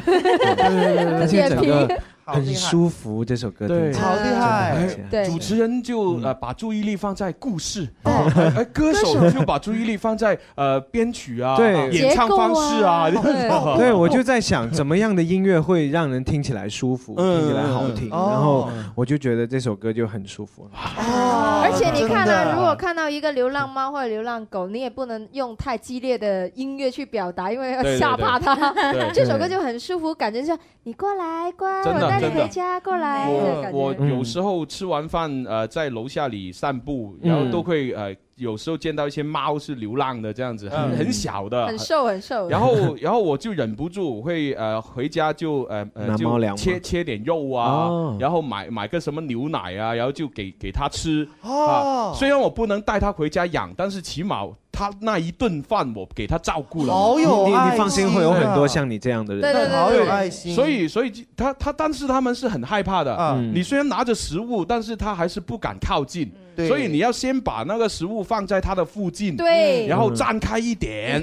S7: 的
S18: 且
S7: 点
S18: 整
S7: 评
S18: 个。很舒服，这首歌
S5: 对，
S18: 听起来真的很喜欢
S5: 哎主持人就呃把注意力放在故事，哎哎歌手就把注意力放在呃编曲啊、
S18: 对
S5: 演唱方式啊，
S18: 结
S5: 这
S18: 构
S5: 种
S18: 对，我就在想怎么样的音乐会让人听起来舒服，
S5: 嗯
S18: 听起来好听，
S5: 嗯嗯
S18: 然后我就觉得这首歌就很舒服。
S7: 而且你看
S18: 真的
S7: 啊，如果看到一个流浪猫或者流浪狗，你也不能用太激烈的音乐去表达，因为要
S5: 对对
S7: 吓怕它
S5: 对对。
S7: 这首歌就很舒服，感觉像你过来，乖，
S5: 真
S7: 我
S5: 的
S7: 带你
S5: 真的
S7: 回家，过来的感觉。
S5: 我我
S18: 嗯
S5: 有时候吃完饭呃在楼下里散步，然后
S18: 嗯
S5: 都会呃有时候见到一些猫是流浪的这样子，
S18: 嗯
S5: 很很小的，
S7: 很瘦很瘦。
S5: 然后，然后我就忍不住会呃回家就呃呃
S18: 拿猫粮
S5: 就
S18: 吗
S5: 切切点肉啊，
S18: 哦
S5: 然后买买个什么牛奶啊，然后就给给它吃。
S6: 哦
S5: 啊，虽然我不能带它回家养，但是起码他那一顿饭我给他照顾了。
S18: 好有你你爱你放心心会有啊很多像你这样的人对对对好有爱心
S5: 所以所以他他但是他们是很害怕的。
S6: 啊
S18: 嗯
S5: 你虽然拿着食物，但是他还是不敢靠
S6: 嗯
S5: 近。
S18: 对
S5: 所以你要先把那个食物放在他的附近，
S7: 对
S5: 然后站开一点，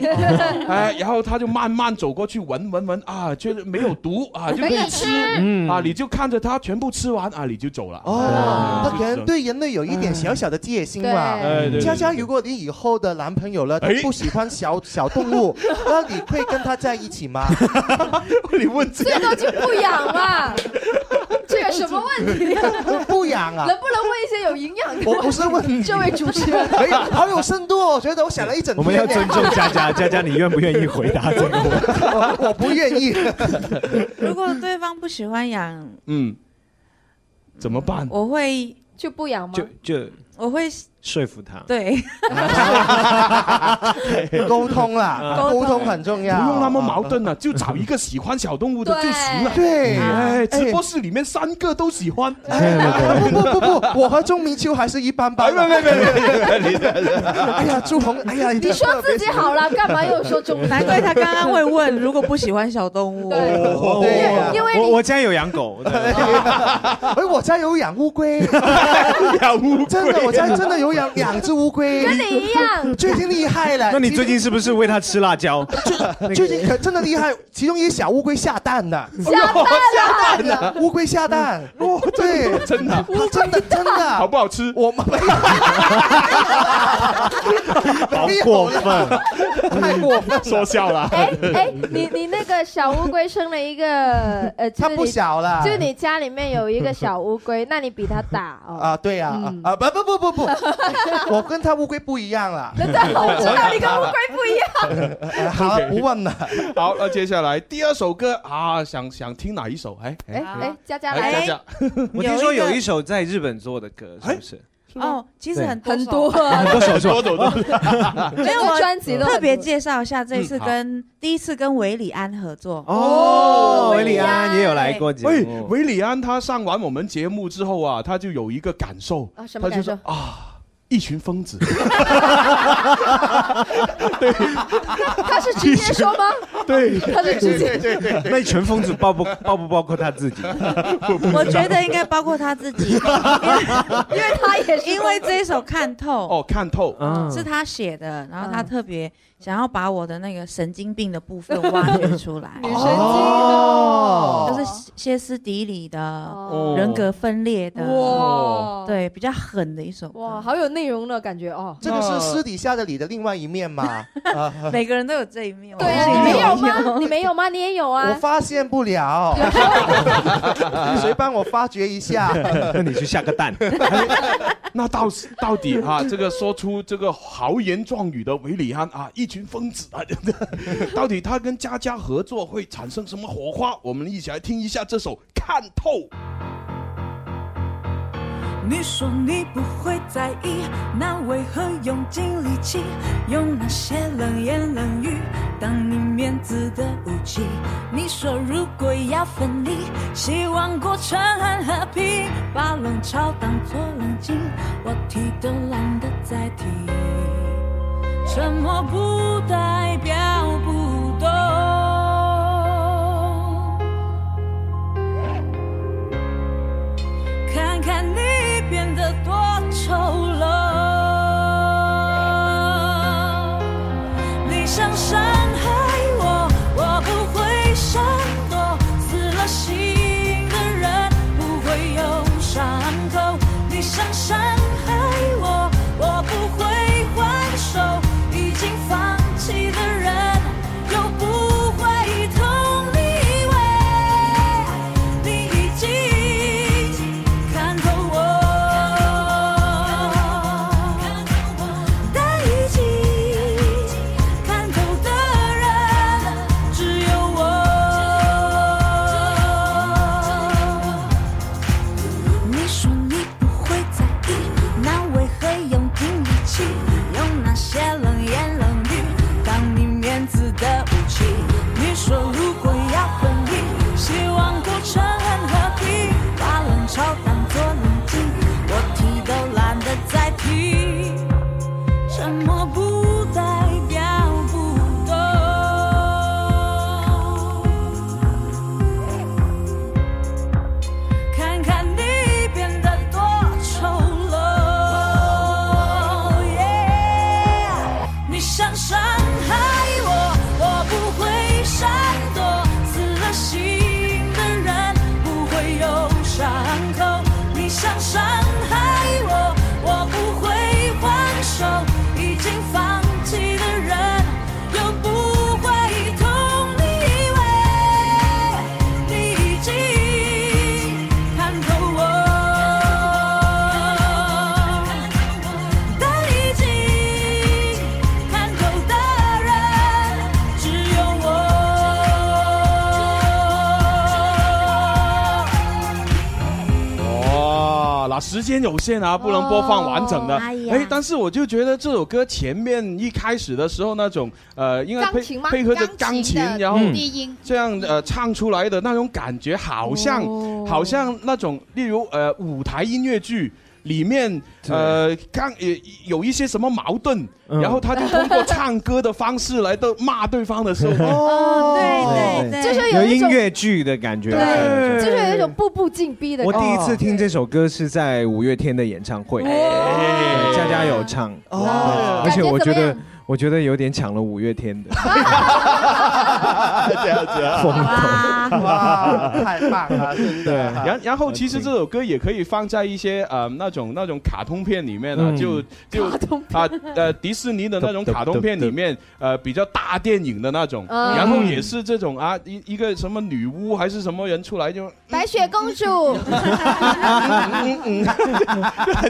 S7: 嗯
S5: 哎，然后他就慢慢走过去闻闻闻啊，觉得没有毒啊，就可以吃
S6: 可以吃
S5: 啊，你就看着他全部吃完啊，你就走了。哎
S6: 哦，他
S5: 就
S6: 可能
S5: 这样
S6: 对人类有一点小小的戒心嘛
S5: 对哎对。对
S6: 佳佳，如果你以后的男朋友了，他
S5: 哎
S6: 不喜欢小 小动物，那你会跟他在一起吗？
S5: 你问
S6: 这
S7: 最多就不养了，这有什么问题？
S6: 不养啊
S7: 能不能问一些有营养的？
S6: 我不是问你，
S7: 这位主持人，
S6: 哎呀，好有深度哦！我觉得我想了一整天。
S18: 我们要尊重佳佳，佳佳，你愿不愿意回答这个问题？
S6: 我不愿意。
S14: 如果对方不喜欢养，
S5: 嗯，怎么办？
S14: 我会
S7: 就不养吗？
S18: 就就
S14: 我会
S18: 说服他。
S14: 对，
S6: 沟通啦，
S5: 沟
S6: 沟
S5: 通
S6: 通很重要。
S5: 不用那么矛 盾了，啊就找一个喜欢小动物的就行了。
S6: 对
S5: 哎，
S6: 哎
S5: 直播室里面三个都喜欢。
S6: 哎不不不不，我和钟明秋还是一般般。没没没哎呀，朱红，哎呀，
S7: 你说自己好了，干嘛又说中
S14: 难怪他刚刚会问，如果不喜欢小动物，
S18: 我
S6: 对呀因为你
S18: 我我家有养 狗，
S6: 哎，我家有养乌 龟，
S5: 养乌龟，
S6: 真的，我家真的 有养两只乌龟，
S7: 跟你一样
S6: 最近厉害了。
S18: 那你最近是不是喂它吃辣椒？
S6: 其最近可真的厉害，其中一只小乌龟下蛋的，
S7: 下蛋了
S6: 下蛋了，乌龟 下蛋，对，
S5: 哦真的，
S6: 真的真的，好
S5: 不 好吃？
S6: 我们
S18: 好
S6: 哎过
S18: 分，
S6: 太过分，
S5: 哎说笑了。
S7: 哎哎，你你那个小乌龟生了一个 呃，它
S6: 不小了
S7: 就你家里面有一个小乌龟，那你比它大哦。
S6: 啊，对呀，啊啊不不不不 不，我跟他乌龟不一样啦，
S7: 真的，我知道你跟乌龟不一样。
S6: 好，不问了。
S5: 好，那接下来第二首歌啊，想想听哪一首？哎
S7: 哎哎，佳佳
S5: 哎
S7: 来，
S5: 佳佳，
S18: 我听说有一首在日本做的歌，
S6: 哎
S18: 是不是？
S14: 哦，其实
S18: 对
S14: 很
S7: 很
S14: 多
S7: 多
S14: 首
S7: 啊
S18: 很多手
S5: 多手都
S14: 没有嗯
S7: 整
S14: 我
S7: 个专辑都很
S14: 特别介绍一下，这一次
S18: 嗯好
S14: 跟第一次跟韦礼安合作
S18: 哦韦礼安也有来过节目
S5: 喂，维里安他上完我们节目之后啊，他就有一个感受，
S7: 啊什么
S5: 他就说
S7: 感
S5: 啊，一群疯子。
S7: 他是直接说吗？
S5: 对，
S7: 他是直接
S5: 对对
S18: 那全疯子包不包不包括他自己？
S14: 我觉得应该包括他自 己，因为
S7: 他也是
S14: 因为这一首《看透》
S5: 哦，看透
S18: 啊
S14: 是他写的，然后他特别想要把我的那个神经病的部分挖掘出 来，
S7: 女神经哦
S14: 就是歇斯底里的
S5: 哦
S14: 人格分裂的，
S7: 哇
S14: 对，比较狠的一首歌，
S7: 哇，好有内容的感觉哦。
S6: 这个是私底下的你的另外一面嘛？ 啊
S14: 每个人都有这一面，
S7: 对啊，你没有吗？你没有吗？你也有
S6: 我
S7: 啊。
S6: 发现不了， 谁帮我发掘一 下？
S18: 那你去下个蛋。
S5: 那到到底啊，这个说出这个豪言壮语的维里安啊，一群疯子啊， 到底他跟佳佳合作会产生什么火花？我们一起来听一下这首《看透》。
S13: 你说你不会在意，那为何用尽力气，用那些冷言冷语当你面子的武器？你说如果要分离，希望过程很和平，把冷嘲当作冷静，我提都懒得再提。沉默不代表不懂。看看你变得多丑陋。你想伤害我，我不会闪躲。死了心的人不会有伤口。你想伤害我，我不会还手。已经放弃的人又不会痛。你以为你已经看透我，但已经看透的人只有我。你说你不会在意，那为何用尽力气，用那些冷言冷语当你面子的武器？你说如果要分离，希望过程很和平，把冷嘲当作冷静，我提都懒得再提，沉默不代
S5: 哦时间有限啊，不能播放完整的。
S7: 哦哎呀
S5: 哎，但是我就觉得这首歌前面一开始的时候那种呃，应该配
S7: 钢琴吗
S5: 配合着钢
S7: 钢琴
S5: 琴
S7: 的，
S5: 然后
S7: 低音
S5: 这样呃唱出来的那种感觉，好像
S7: 哦
S5: 好像那种例如呃舞台音乐剧。里面呃，刚呃有一些什么矛盾，
S7: 嗯
S5: 然后他就通过唱歌的方式来的骂对方的 时候，
S7: 哦对对对就是有
S18: 有
S7: 一
S18: 音
S7: 种
S18: 乐剧的感觉。
S7: 对，就是有一种步步紧逼的
S18: 我
S7: 感觉。
S18: 第一次听这首歌是在五月天的演唱会，对佳佳有唱，
S7: 哦
S18: 而且我觉
S7: 感觉怎么
S18: 得
S7: 样
S18: 我觉得有点抢了五月天的
S17: 这样子啊
S18: 风
S17: 哇
S18: 头，
S17: 哇太棒了真的
S5: 对然然后其实这首歌也可以放在一些呃那种那种卡通片里面啊，
S18: 嗯
S5: 就就啊呃迪士尼的那种卡通片里面， 呃比较大电影的那种，
S7: 嗯
S5: 然后也是这种啊一一个什么女巫还是什么人出来就啊
S7: 白雪公 主，
S5: 很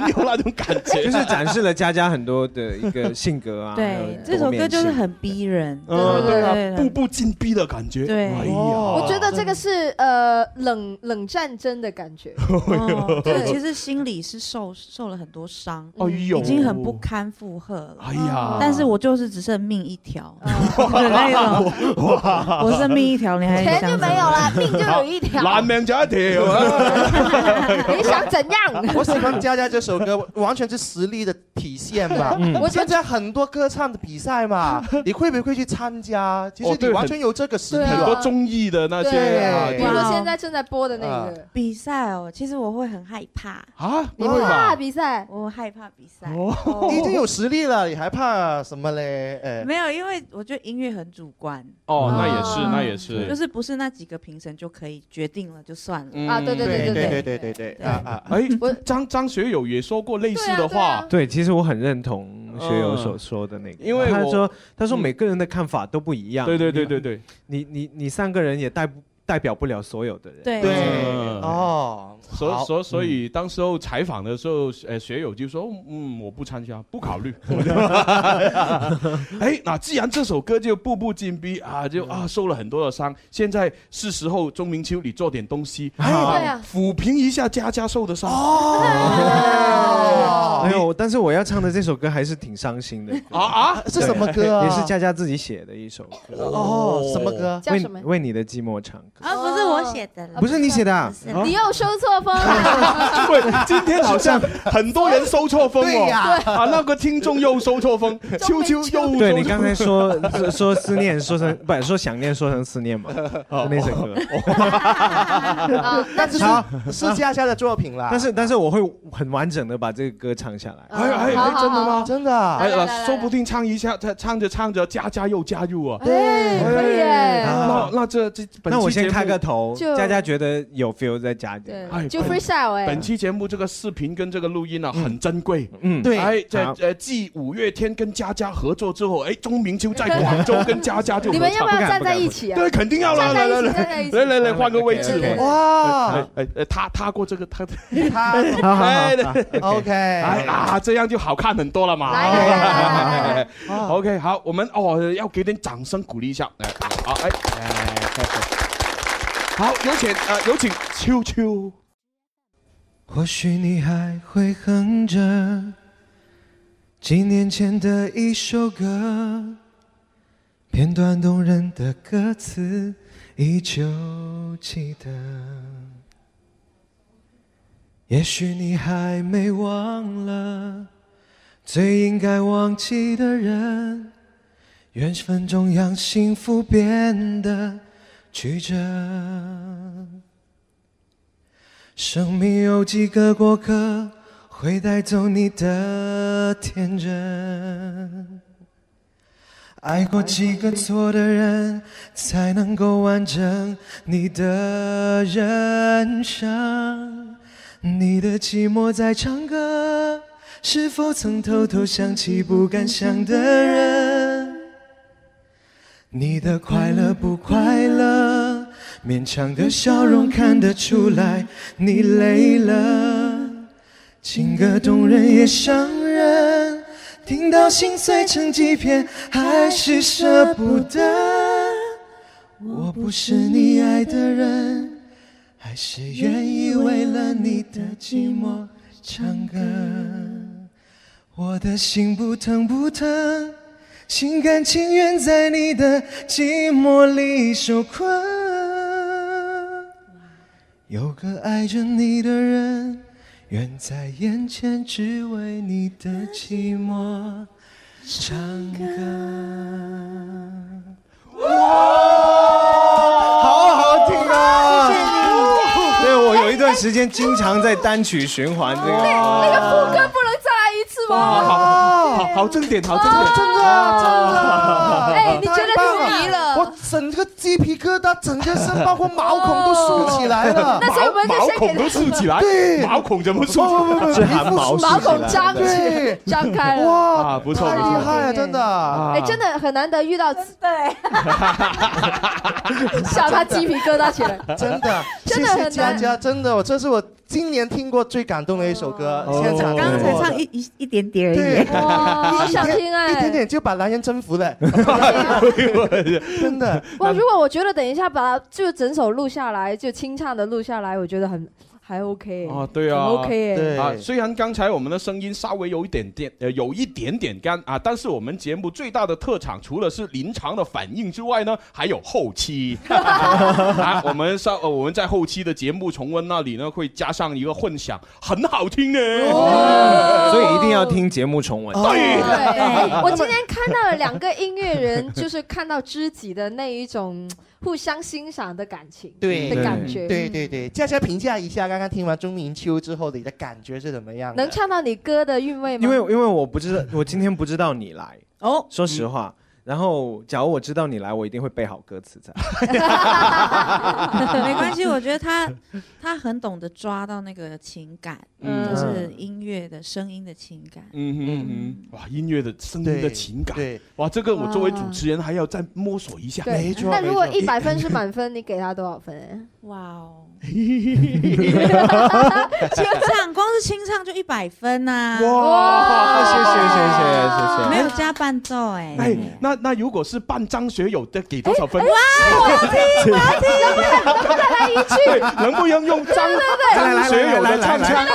S5: 有那种感觉，
S18: 就是展示了佳佳很多的一个性 格啊。还有
S14: 对，这首歌
S18: 多面性
S14: 就是很逼人，
S18: 嗯
S14: 对
S18: 对啊
S14: 对
S5: 步步紧逼的感觉。哎
S14: 对，
S5: 哦
S6: 哦
S7: 哦我觉得 这个是呃冷冷战争的 感
S6: 哎
S7: 觉。
S14: 哦对，其实心里是受受了很多伤，
S7: 哎呦
S14: 已经很不堪负荷了。
S5: 哎呀
S14: 但是我就是只剩命一 条，的那种，我剩命一条，你还
S7: 钱
S14: 想
S7: 就
S14: 怎么
S7: 没有了，命就有一条。
S5: 烂命就一条啊！
S7: 你想怎样？
S6: 我喜欢佳佳这首歌，完全是实力的体现嘛
S18: 嗯。
S6: 我参加很多歌唱的比赛嘛，你会不会去参加？其
S5: 哦
S6: 实
S5: 对
S6: 你完
S5: 很
S6: 全有这个实力。
S5: 啊很多综艺的那些啊，
S7: 啊对，比如说现在正在播的那
S5: 啊
S7: 个。
S14: 嗯比赛哦，其实我会很害怕
S5: 啊
S6: 你会吧
S7: 怕比赛？
S14: 我害怕比赛。
S6: 哦，你已经有实力了，你还怕什么嘞？哎，
S14: 没有，因为我觉得音乐很主观。
S5: 哦那也是那也是
S14: 就是不是那几个评审就可以决定了就算
S5: 嗯
S14: 了
S5: 啊对对对对对对啊
S6: 对对对啊啊！
S5: 哎，张张学友也说过类似的话，
S18: 对，其实我很认同学友所说的那个，
S5: 嗯因为
S18: 他
S5: 我
S18: 说他说
S5: 嗯
S18: 每个人的看法都不一样，
S5: 对对对对对，
S18: 你你你三个人也代不代表不了所有的人，
S14: 对
S6: 对
S5: 嗯
S6: 哦，
S5: 所
S6: 好嗯
S5: 所所以，当时候采访的时候，呃，学友就说，嗯，我不参加，不考 虑。 哎，那既然这首歌就步步紧逼啊，就
S6: 嗯
S5: 啊受了很多的伤，现在是时候钟明秋你做点东西，
S18: 对
S5: 啊
S18: 啊，
S5: 抚平一下佳佳受的伤。
S6: 哦
S18: 没有，哎但是我要唱的这首歌还是挺伤心的
S5: 啊啊，
S6: 是什么歌啊
S18: 也是佳佳自己写的一首歌
S6: 哦什么歌叫
S18: 为
S6: 什么
S18: 为你的寂寞唱歌，
S14: 啊，不是我写的了，
S18: 不是你写的啊，啊
S7: 哦你又收错风了。
S6: 啊
S5: 对，今天好 像很多人收错风
S7: 对
S5: 哦，
S7: 呀
S5: 啊，那个听众又收错 风，秋秋又收错
S18: 对你刚才说说说思念，说成不是说想念，说成思念嘛，就那首歌。
S6: 但是
S18: 好
S6: 是是佳佳的作品啦。
S18: 但是但是我会很完整的把这个歌唱下来。
S5: 哎哎哎，真的吗？
S6: 真的啊
S5: 哎呀，说不定唱一下，他唱着唱着，加加又加入啊！
S7: 哎，可以耶
S5: 那那这这，本期
S18: 那我先
S5: 节目
S18: 开个头，
S7: 就
S18: 佳佳觉得有 feel 再加点。
S7: 对，就 freestyle 哎
S5: 本。期节目这个视频跟这个录音啊，很珍贵。
S18: 嗯
S6: 对
S5: 哎，在
S18: 好
S5: 呃，继五月天跟佳佳合作之后，哎，钟明秋在广州跟佳佳就合唱
S7: 你们要不要站在一起啊？
S5: 对，肯定要啦！来来来
S7: 站在一起
S5: 来来来，换个位置
S6: OK，OK。哇
S5: 哎！哎哎，他他过这个他，
S6: 他
S18: 好好
S5: 哎
S18: 好
S5: 对
S6: OK
S5: 哎啊，这样就好看很多了嘛。哎 OK，好，我们哦要给点掌声鼓励一下。来，好，哎哎，好，有请呃有请秋秋。
S11: 或许你还会哼着几年前的一首歌，片段动人的歌词依旧记得。也许你还没忘了最应该忘记的人，缘分中让幸福变得曲折。生命有几个过客会带走你的天真？爱过几个错的人，才能够完整你的人生？你的寂寞在唱歌，是否曾偷偷想起不敢想的人？你的快乐不快乐？勉强的笑容看得出来你累了。情歌动人也伤人，听到心碎成几片，还是舍不得。我不是你爱的人，还是愿意为了你的寂寞唱歌。我的心不疼不疼，心甘情愿在你的寂寞里受困。有个爱着你的人，远在眼前，只为你的寂寞唱歌。
S18: 好好听啊！对，我有一段时间经常在单曲循环这
S7: 那个
S18: 个。
S7: 副歌不能再来一次
S6: 哦
S18: 哇
S7: 吗？
S18: 好好好正点，好正点，
S6: 真的啊真的啊！
S7: 哎你真的
S6: 太棒
S7: 入迷了
S6: 我整个鸡皮疙瘩，整个身包括毛孔都竖起来了。
S7: 那所以我们就先给
S6: 对，
S5: 孔怎么
S6: 竖起来不不不不
S18: 这汗
S6: 皮肤
S18: 毛
S6: 竖
S7: 毛
S6: 起来
S7: 孔张
S6: 对
S7: 起张开了
S6: 哇，
S5: 啊，不错
S6: 太
S5: 不
S6: 厉
S5: 错，
S6: 害了，真的。
S7: 哎，真的很难得遇到， 对，吓他鸡皮疙瘩起来。
S6: 真的，
S7: 真
S6: 谢
S7: 的很
S6: 谢
S7: 难
S6: 佳佳，真的，我这是我今年听过最感动的一首歌，现场
S14: 刚刚才唱一一一点点而已。
S7: 哇好想听哎
S6: 一点点就把男人征服了，真的。
S7: 哇，如果我觉得等一下把就整首录下来，就清唱的录下来，我觉得很还 OK。
S5: 哦，对啊
S7: 很，OK 哎。
S5: 啊，虽然刚才我们的声音稍微有一点点，呃，有一点点干啊，但是我们节目最大的特长，除了是临场的反应之外呢，还有后 期。啊，我们稍，呃我们在后期的节目重温那里呢，会加上一个混响，很好听呢。哦
S7: 哦
S18: 所以一定要听节目重温。啊
S7: 对，哎我今天看到了两个音乐人，就是看到知己的那一种嗯互相欣赏的感情，
S6: 对
S7: 的感觉，
S6: 对对对，佳佳评价一下刚刚听完钟明秋之后的你的感觉是怎么样的？
S7: 能唱到你歌的韵味吗？
S18: 因为因为我 不知道， 我今天不知道你来哦，说实话。然后，假如我知道你来，我一定会背好歌词在。
S14: 没关系，我觉得他他很懂得抓到那个情感，
S5: 嗯
S14: 就是音乐的声音的情 感。
S5: 嗯哼嗯哼，哇，音乐的声音的情感
S6: 对，
S5: 哇，这个我作为主持人还要再摸索一下。
S7: 对那如果一百 分是满分，你给他多少分？
S14: 哇 哦！清唱光是清唱就一百分啊呐！
S5: 哇啊谢谢谢谢谢谢
S14: 没有加伴奏哎。
S5: 哎，那那如果是办张学友的，给多少分？
S14: 哎哇我要听我要
S7: 听再来一 句
S5: 能不能用张
S7: 对
S5: 张学友的唱腔？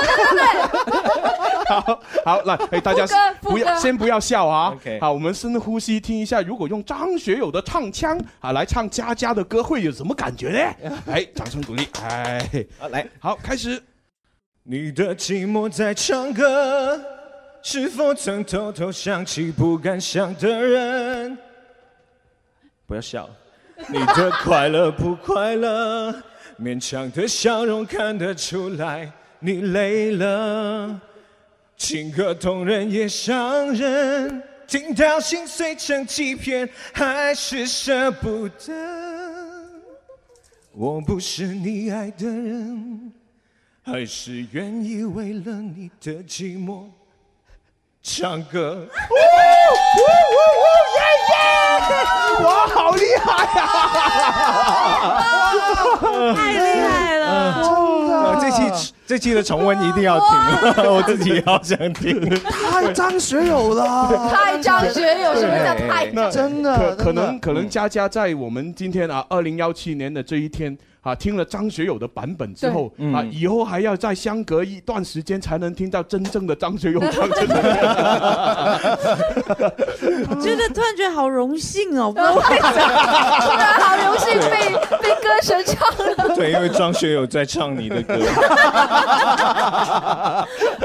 S5: 好好，来，哎，大家
S7: 副歌副
S5: 不要
S7: 歌
S5: 先不要笑啊！好，我们深呼吸听一下，如果用张学友的唱腔啊来唱佳佳的歌，会有什么感觉 呢？哎，掌声鼓励！哎，来，好，开始。
S11: 你的寂寞在唱歌，是否曾偷偷想起不敢想的人？不要笑，你的快乐不快乐，勉强的笑容看得出来你累了。情歌动人也伤人，听到心碎成几片，还是舍不得。我不是你爱的人。还是愿意为了你的寂寞唱歌。
S5: 哇，好厉害
S18: 呀！
S14: 太厉害 了！
S6: 啊
S18: 哇这期这期的重温一定要听， 我自己也好想 听。
S6: 太张学友了，
S7: 太张学友什么叫太
S5: 那
S6: 真的，嗯
S5: 可可能可能佳佳在我们今天啊，二零幺七年的这一天啊，听了张学友的版本之后
S18: 对
S5: 啊，
S18: 嗯
S5: 以后还要再相隔一段时间才能听到真正的张学友 唱真的。
S14: 我觉得突然觉得好荣幸哦，不 知道为什么，
S7: 突然好荣幸被被歌神唱了。
S18: 对，因为张学友在唱你的歌。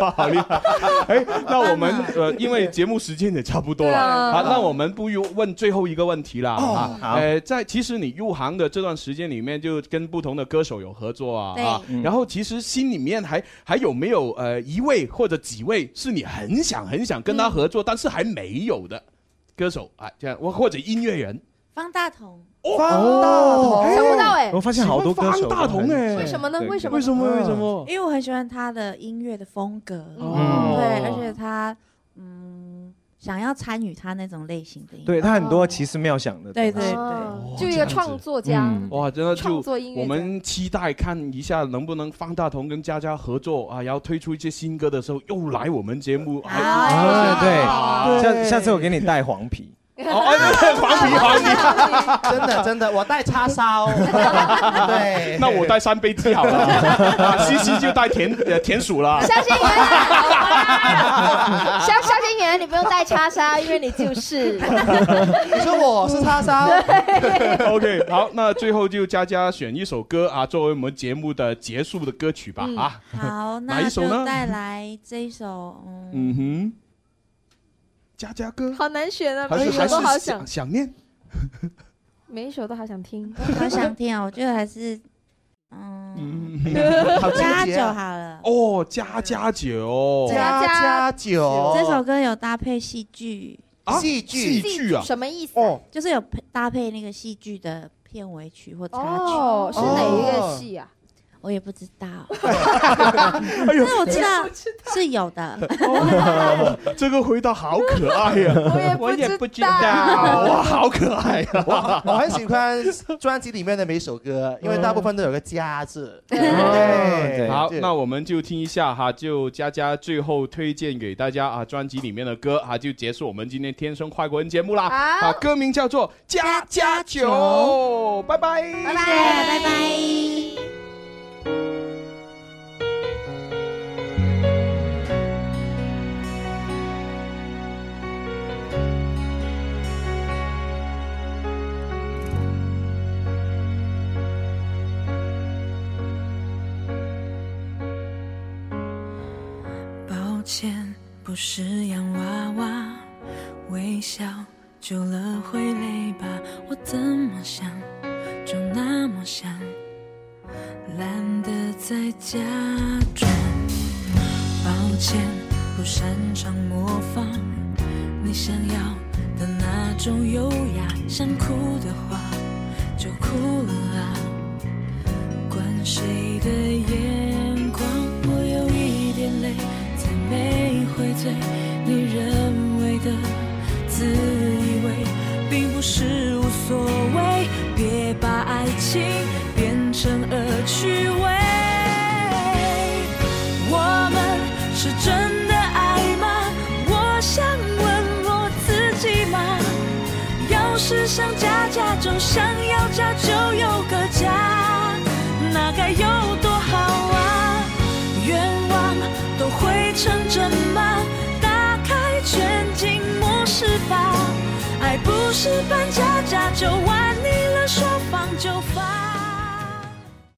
S5: 哇， 好厉害！哎，那我们
S7: 啊
S5: 呃，因为节目时间也差不多了，
S18: 对啊
S5: 啊，那我们不如问最后一个问题啦，
S18: 哦
S5: 啊，
S18: 好
S5: 呃，在其实你入行的这段时间里面，就跟不同的歌手有合作啊，
S14: 对
S5: 啊，然后其实心里面还还有没有呃一位或者几位是你很想很想跟他合作，但是还没有的歌手啊，这样或或者音乐人，
S14: 方大同。哦
S6: 方大同
S7: 哦想不到哎
S18: 我发现好多歌手
S5: 哦喜欢方大同哎
S7: 为什么呢？
S5: 对
S7: 为什么？
S5: 为什么为什么
S14: 因为我很喜欢他的音乐的风格，
S18: 哦
S14: 对，而且他嗯想要参与他那种类型的音乐，哦
S18: 对他很多奇思妙想的。
S14: 对对对，
S7: 就一个创作家。
S18: 嗯
S5: 哇，真的就
S7: 创作音乐家
S5: 我们期待看一下能不能方大同跟佳佳合作啊，然后推出一些新歌的时候又来我们节目。哎
S18: 啊，
S5: 啊
S18: 对，
S5: 对
S18: 下下次我给你带黄皮。
S5: 哦，哎，黄皮黄皮，
S6: 真的真的，我带叉烧，对，
S5: 那我带三杯鸡好了，啊西西就带田呃田鼠 了。
S7: 肖星元，肖肖星元，你不用带叉烧，因为你就是。
S6: 你说我是叉烧，
S5: OK，好，那最后就佳佳选一首歌啊，作为我们节目的结束的歌曲吧
S14: 嗯
S5: 啊。
S14: 好，
S5: 哪
S14: 那
S5: 一首
S14: 就
S5: 呢？
S14: 带来这一首，嗯，
S5: 嗯哼，佳佳歌，
S7: 好难选啊，
S5: 还
S7: 每一
S5: 是还
S7: 首
S5: 是
S7: 都好想
S5: 想，想念。
S7: 每一首都好想听。
S14: 好想听啊，我觉得还是，嗯，
S5: 好纠
S14: 加
S5: 结
S14: 酒
S5: 啊
S14: 好了，
S5: 哦，佳佳酒，
S14: 加
S6: 加酒
S14: 这首歌有搭配戏剧，
S5: 啊戏剧戏剧啊
S7: 什么意思？
S6: 哦，
S14: 就是有配搭配那个戏剧的片尾曲或插曲。
S7: 哦，是哪一个戏啊？
S14: 我也不知道，
S5: 哎呦
S14: 但是我知 道是有的。
S5: 这个回答好可爱呀！
S6: 我也不知
S5: 道哇好可爱啊呀
S6: 我我很喜欢专辑里面的每首歌，因为大部分都有个“加”字。
S7: 哦
S5: 对
S6: 对
S5: 好，
S6: 对
S5: 那我们就听一下哈，就佳佳最后推荐给大家啊，专辑里面的歌啊，就结束我们今天天生快活人节目啦。啊，歌名叫做《加加酒》，拜拜，拜
S14: 拜，拜拜。
S13: 抱歉，不是洋娃娃，微笑久了会累吧？我怎么想就那么想，懒得再假装。抱歉，不擅长模仿你想要的那种优雅，想哭的话就哭了啊。管谁的眼光，我有一点累，才没喝醉。你认为的自以为，并不是无所谓。别把爱情变成恶趣味。我们是真的爱吗？我想问我自己吗？要是想家家就想要家就有个家，那该有多好啊！愿望都会成真吗？打开全景模式吧，爱不是扮家家酒，我